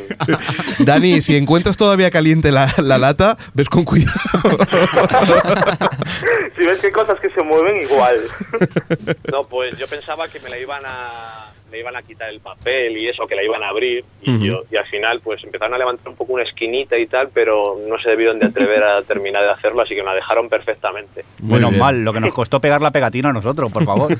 B: Dani, si encuentras todavía caliente la, la lata, ves con cuidado.
M: Si ves que hay cosas que se mueven igual.
L: No, pues yo pensaba que me la iban a me iban a quitar el papel y eso, que la iban a abrir y,
M: Ujú.
L: yo- y al final pues empezaron a levantar un poco una esquinita y tal, pero no se debieron de atrever a terminar de hacerlo, así que me la dejaron perfectamente.
D: Menos mal, lo que nos costó pegar la pegatina a nosotros, por favor.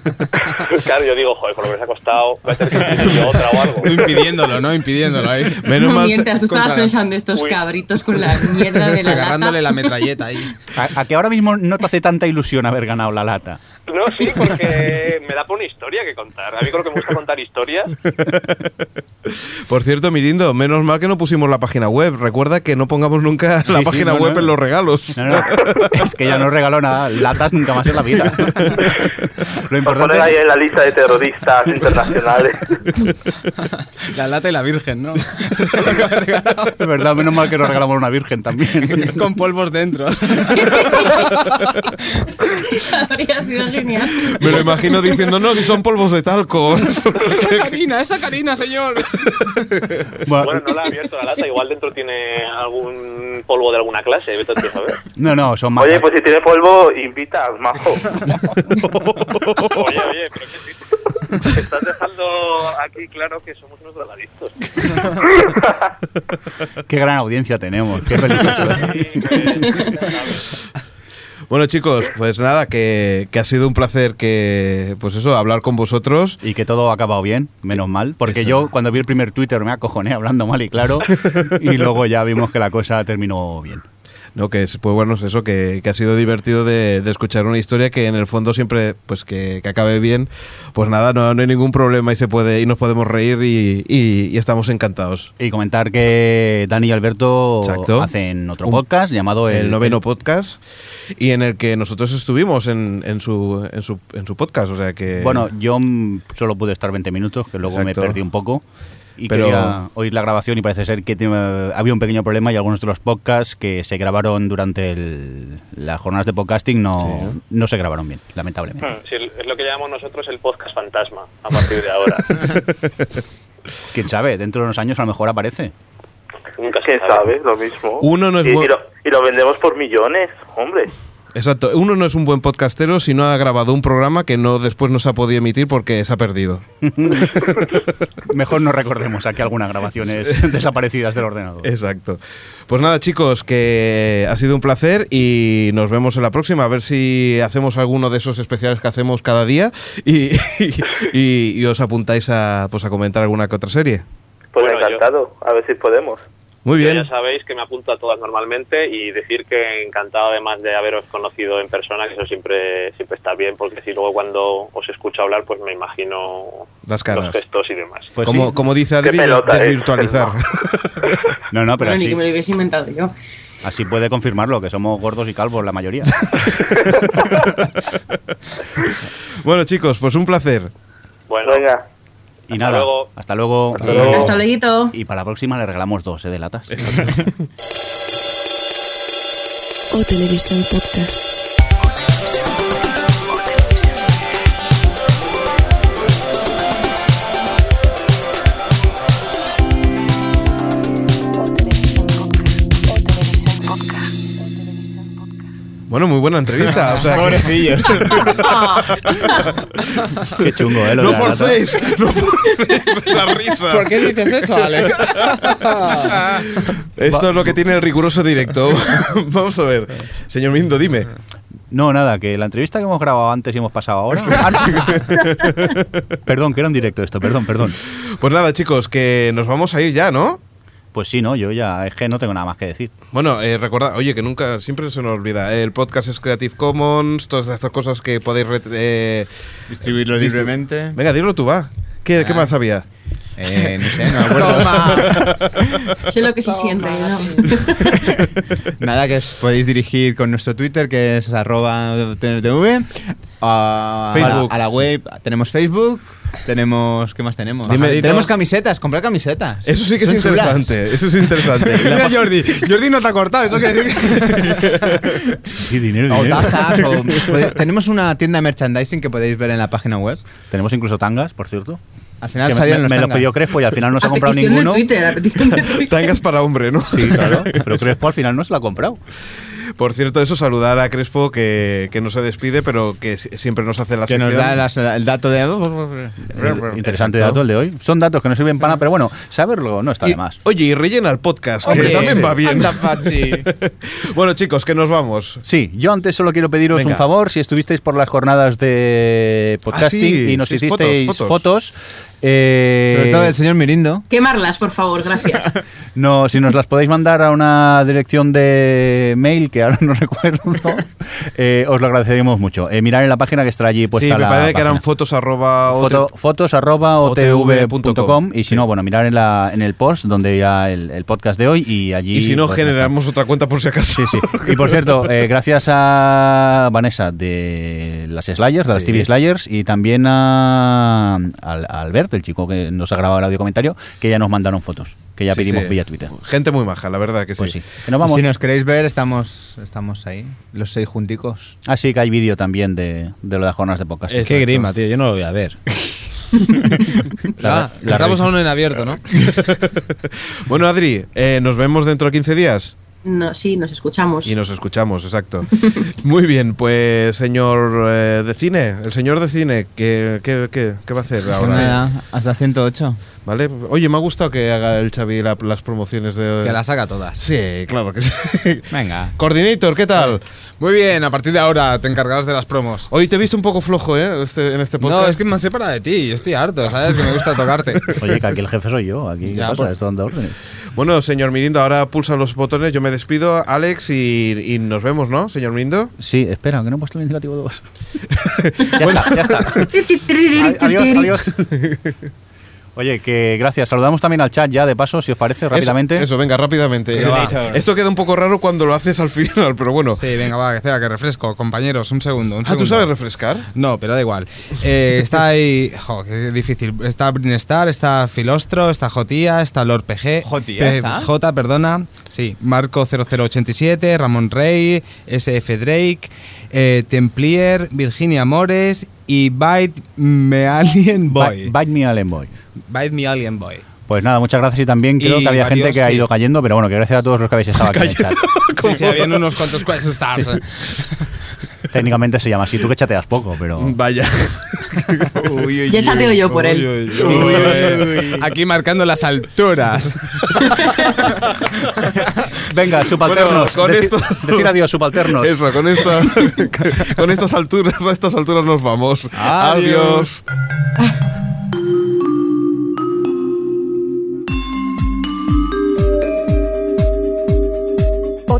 L: claro, yo digo, joder, por lo que se ha costado, voy a tener que pedir yo otra o algo.
C: Impidiéndolo, ¿no? Impidiéndolo ahí.
E: No mientas, tú estabas pensando estos cabritos con la mierda de la
C: Agarrándole
E: lata.
C: la metralleta ahí.
D: A, a que ahora mismo no te hace tanta ilusión haber ganado la lata.
L: No, sí, porque me da por una historia que contar. A mí con lo que me gusta contar historias.
B: Por cierto, Mirindo, menos mal que no pusimos la página web. Recuerda que no pongamos nunca la
D: sí,
B: página
D: no,
B: web
D: no.
B: en los regalos.
D: No, no, es que ya no regaló nada, latas nunca más en la vida. Lo importante
M: Poner ahí en la lista de terroristas internacionales.
C: La lata y la virgen, ¿no?
D: es verdad, menos mal que nos regalamos una virgen también.
C: Con polvos dentro.
N: Habría sido genial.
B: Me lo imagino diciendo, no, si son polvos de talco.
C: esa carina, esa carina, señor.
L: Bueno, no la he abierto la lata, igual dentro tiene algún polvo de alguna clase, vete tú a saber.
D: No, no, son más.
M: Oye, pues si tiene polvo, invita, majo.
L: Oye, oye, pero que sí. Estás dejando aquí claro que somos unos drogadictos.
M: pues-
D: Qué gran audiencia tenemos, qué felicidad.
B: Bueno, chicos, pues nada, que, que ha sido un placer que, pues eso, hablar con vosotros.
D: Y que todo ha acabado bien, menos mal. Porque yo cuando vi el primer Twitter me acojoné hablando mal y claro. Y luego ya vimos que la cosa terminó bien.
B: No, que es, pues bueno, es eso, que, que ha sido divertido de, de escuchar una historia que en el fondo siempre, pues que, que acabe bien, pues nada, no, no hay ningún problema y se puede, y nos podemos reír y, y- y estamos encantados.
D: Y comentar que Dani y Alberto
B: Exacto.
D: hacen otro
B: Un-
D: podcast llamado
B: El,
D: Pues El,
B: noveno podcast y en el que nosotros estuvimos en, en su, en, su, en su podcast, o sea que...
D: Bueno, yo mm, solo pude estar 20 minutos, que luego
B: Exacto.
D: me perdí un poco. Y
B: Pero-
D: quería oír la grabación y parece ser que te- había un pequeño problema y algunos de los podcasts que se grabaron durante el- las jornadas de podcasting no, no se grabaron bien, lamentablemente.
L: Hmm, sí, es lo que llamamos nosotros el podcast fantasma, a partir de ahora.
D: ¿Quién sabe? Dentro de unos años a lo mejor aparece.
L: Nunca se
M: ¿Quién sabe? Lo mismo.
B: Uno no es
M: y, y
B: buen-
M: lo, y lo vendemos por millones, hombre.
B: Exacto, uno no es un buen podcastero si no ha grabado un programa que no después no se ha podido emitir porque se ha perdido.
D: Mejor no recordemos aquí algunas grabaciones desaparecidas del ordenador.
B: Exacto. Pues nada, chicos, que ha sido un placer y nos vemos en la próxima. A ver si hacemos alguno de esos especiales que hacemos cada día y, y- y os apuntáis a, pues, a comentar alguna que otra serie.
M: Pues encantado, a ver si podemos.
B: Muy
L: Yo
B: bien.
L: Ya sabéis que me apunto a todas normalmente y decir que encantado además de haberos conocido en persona, que eso siempre siempre está bien, porque si luego cuando os escucho hablar, pues me imagino
B: Las caras.
L: los gestos y demás.
B: como, como dice Adri,
L: ¿eh?
B: desvirtualizar.
D: No, no, pero
E: Bueno, ni
D: así,
E: que me lo hubiese inventado yo.
D: así puede confirmarlo, que somos gordos y calvos la mayoría.
B: bueno, chicos, pues un placer.
L: Bueno,
M: Venga,
D: Y nada,
L: luego.
D: hasta luego.
B: Hasta luego.
E: Hasta luego.
D: Y para la próxima le regalamos dos eh, de latas.
O: O Televisión Podcast.
B: Bueno, muy buena entrevista. O sea que-
F: Pobrecillos.
D: Qué chungo, ¿eh? Lo
B: No
D: de la lata.
B: forcéis, no forcéis la risa.
C: ¿Por qué dices eso, Alex?
B: Esto es lo que tiene el riguroso directo. Vamos a ver. Señor Mindo, dime.
D: No, nada, que la entrevista que hemos grabado antes y hemos pasado ahora. Ah, no. perdón, que era un directo esto, perdón, perdón.
B: Pues nada, chicos, que nos vamos a ir ya, ¿no?
D: Pues sí, no, yo ya es que no tengo nada más que decir.
B: Bueno, eh, recordad, oye, que nunca, siempre se nos olvida. ¿eh? El podcast es Creative Commons, todas estas cosas que podéis. re- eh,
F: Distribuirlo
B: distri-
F: libremente.
B: Venga, dilo tú, va. ¿Qué,
C: Ah.
B: qué más había?
F: Eh, no sé, no me acuerdo.
E: Sé lo que se siente, ¿no?
F: Nada, que os podéis dirigir con nuestro Twitter, que es arroba tntv. A,
B: Facebook.
F: A, la, a la web tenemos Facebook. Tenemos. ¿Qué más tenemos?
B: Dime,
F: Tenemos
B: tenemos-
F: camisetas, comprar camisetas.
B: Eso sí que es
F: Son chulas.
B: interesante. Eso es interesante. Y la
C: Mira,
B: pa-
C: Jordi. Jordi no te ha cortado. Eso quiere decir
D: Sí, dinero,
F: O tazas. o- pode- tenemos una tienda de merchandising que podéis ver en la página web.
D: Tenemos incluso tangas, por cierto.
F: Al
D: Que
F: final
D: me me,
F: salieron los
D: me los
F: tangas.
D: pidió Crespo y al final no se ha
E: a
D: comprado
E: petición
D: ninguno.
E: de Twitter, a petición de Twitter.
B: Tangas para hombre, ¿no?
D: Sí, claro. Pero Crespo al final no se la ha comprado.
B: Por cierto, eso, saludar a Crespo, que, que no se despide, pero que si- siempre nos hace la
F: Que nos
B: sección.
F: da las- el dato de.
D: Eh, Interesante dato el de hoy. Son datos que no sirven para nada, pero bueno, saberlo no está
B: Mm. Y-
D: de más.
B: oye, y rellena el podcast, que
F: Oye,
B: también va bien.
F: anda, Pachi.
B: bueno, chicos, que nos vamos.
D: Sí, yo antes solo quiero pediros
B: Venga.
D: un favor. Si estuvisteis por las jornadas de podcasting
B: Ah, sí,
D: y nos
B: sí,
D: hicisteis
B: fotos,
D: fotos,
B: fotos.
D: Eh,
F: Sobre todo el señor Mirindo.
E: Quemarlas, por favor, gracias.
D: No, si nos las podéis mandar a una dirección de mail que ahora no recuerdo, eh, os lo agradeceríamos mucho. Eh, mirar en la página que está allí puesta
B: Sí, me
D: la
B: parece que eran
D: página.
B: fotos arroba
D: Foto-
B: otro-
D: fotos arroba
B: otv punto
D: otv.com
B: com.
D: y si no, bueno, mirar en, la, en el post donde irá el, el podcast de hoy y allí...
B: Y si no,
D: pues,
B: generamos otra cuenta por si acaso.
D: Sí, sí. Y por cierto, eh, gracias a Vanessa de las Slayers, de las
B: Sí.
D: TV Slayers, y también a, al- a Albert, el chico que nos ha grabado el audio comentario, que ya nos mandaron fotos, que ya
B: Sí,
D: pedimos
B: sí.
D: vía Twitter.
B: Gente muy maja, la verdad que sí.
D: Pues sí. Que nos vamos.
F: Si nos queréis ver, estamos, estamos ahí, los seis junticos.
D: Así Ah, que hay vídeo también de, de lo de las jornadas de podcast.
C: Es que grima, tío, yo no lo voy a ver.
D: La-
C: Ah,
D: la
C: estamos
D: revista.
C: aún en abierto, ¿no?
B: Bueno, Adri, eh, nos vemos dentro de 15 días
E: No, sí, nos escuchamos.
B: y nos escuchamos, exacto. Muy bien, pues señor eh, de cine, el señor de cine, ¿qué, qué, qué- qué va a hacer ahora?
F: Pues nada, hasta 108.
B: ¿Vale? Oye, me ha gustado que haga el Xavi la- las promociones de...
C: Que las haga todas.
B: Sí, claro que sí.
C: Venga.
B: Coordinator, ¿qué tal?
C: Muy bien, a partir de ahora te encargarás de las promos.
B: Hoy te he visto un poco flojo, ¿eh? Este- en este podcast.
C: No, es que me han separado de ti, yo estoy harto, ¿sabes? Que me gusta tocarte.
D: Oye, que aquí el jefe soy yo, aquí ¿qué
C: Ya,
D: pasa?
C: por-
D: Esto dando órdenes.
B: Bueno, señor Mirindo, ahora pulsa los botones, yo me despido, Alex, y, y nos vemos, ¿no, señor Mirindo?
D: Sí, espera, que no he puesto el indicativo 2. ya está, ya está. adiós, adiós. Oye, que gracias. Saludamos también al chat ya, de paso, si os parece, rápidamente.
B: Eso, venga, rápidamente. Ah,
C: Venga, va.
B: Esto queda un poco raro cuando lo haces al final, pero bueno.
C: Sí, venga, va, espera, que refresco, compañeros, un segundo. un
B: Ah, ¿tú
C: segundo.
B: sabes refrescar?
C: No, pero da igual. Eh, está ahí. Jo, qué difícil. Está Brinestar, está Filostro, está Jotía, está Lord PG.
F: ¿Jotía
C: eh,
F: está?
C: J, perdona. Sí, Marco0087, Ramón Rey, SF Drake, eh, Templier, Virginia Mores y Bite Me Alien
D: Bite,
C: Boy.
D: bite me Allen Boy.
C: Bite Me Alien Boy.
D: Pues nada, muchas gracias y también creo
C: Y
D: que había gente
C: varios,
D: que ha
C: sí.
D: ido cayendo, pero bueno, que gracias a todos los que habéis estado aquí en el chat.
C: Sí, sí, habían unos cuantos Quest Stars. eh.
D: Técnicamente se llama así, tú que chateas poco, pero...
B: Vaya.
E: Ya sateo yo por él.
C: Uy, eh, Aquí marcando las alturas.
D: Venga, subalternos.
B: con
D: deci-
B: esto-
D: Decir adiós, subalternos.
B: Eso, con, esta, con estas alturas, a estas alturas nos vamos.
F: Adiós.
B: Adiós.
A: O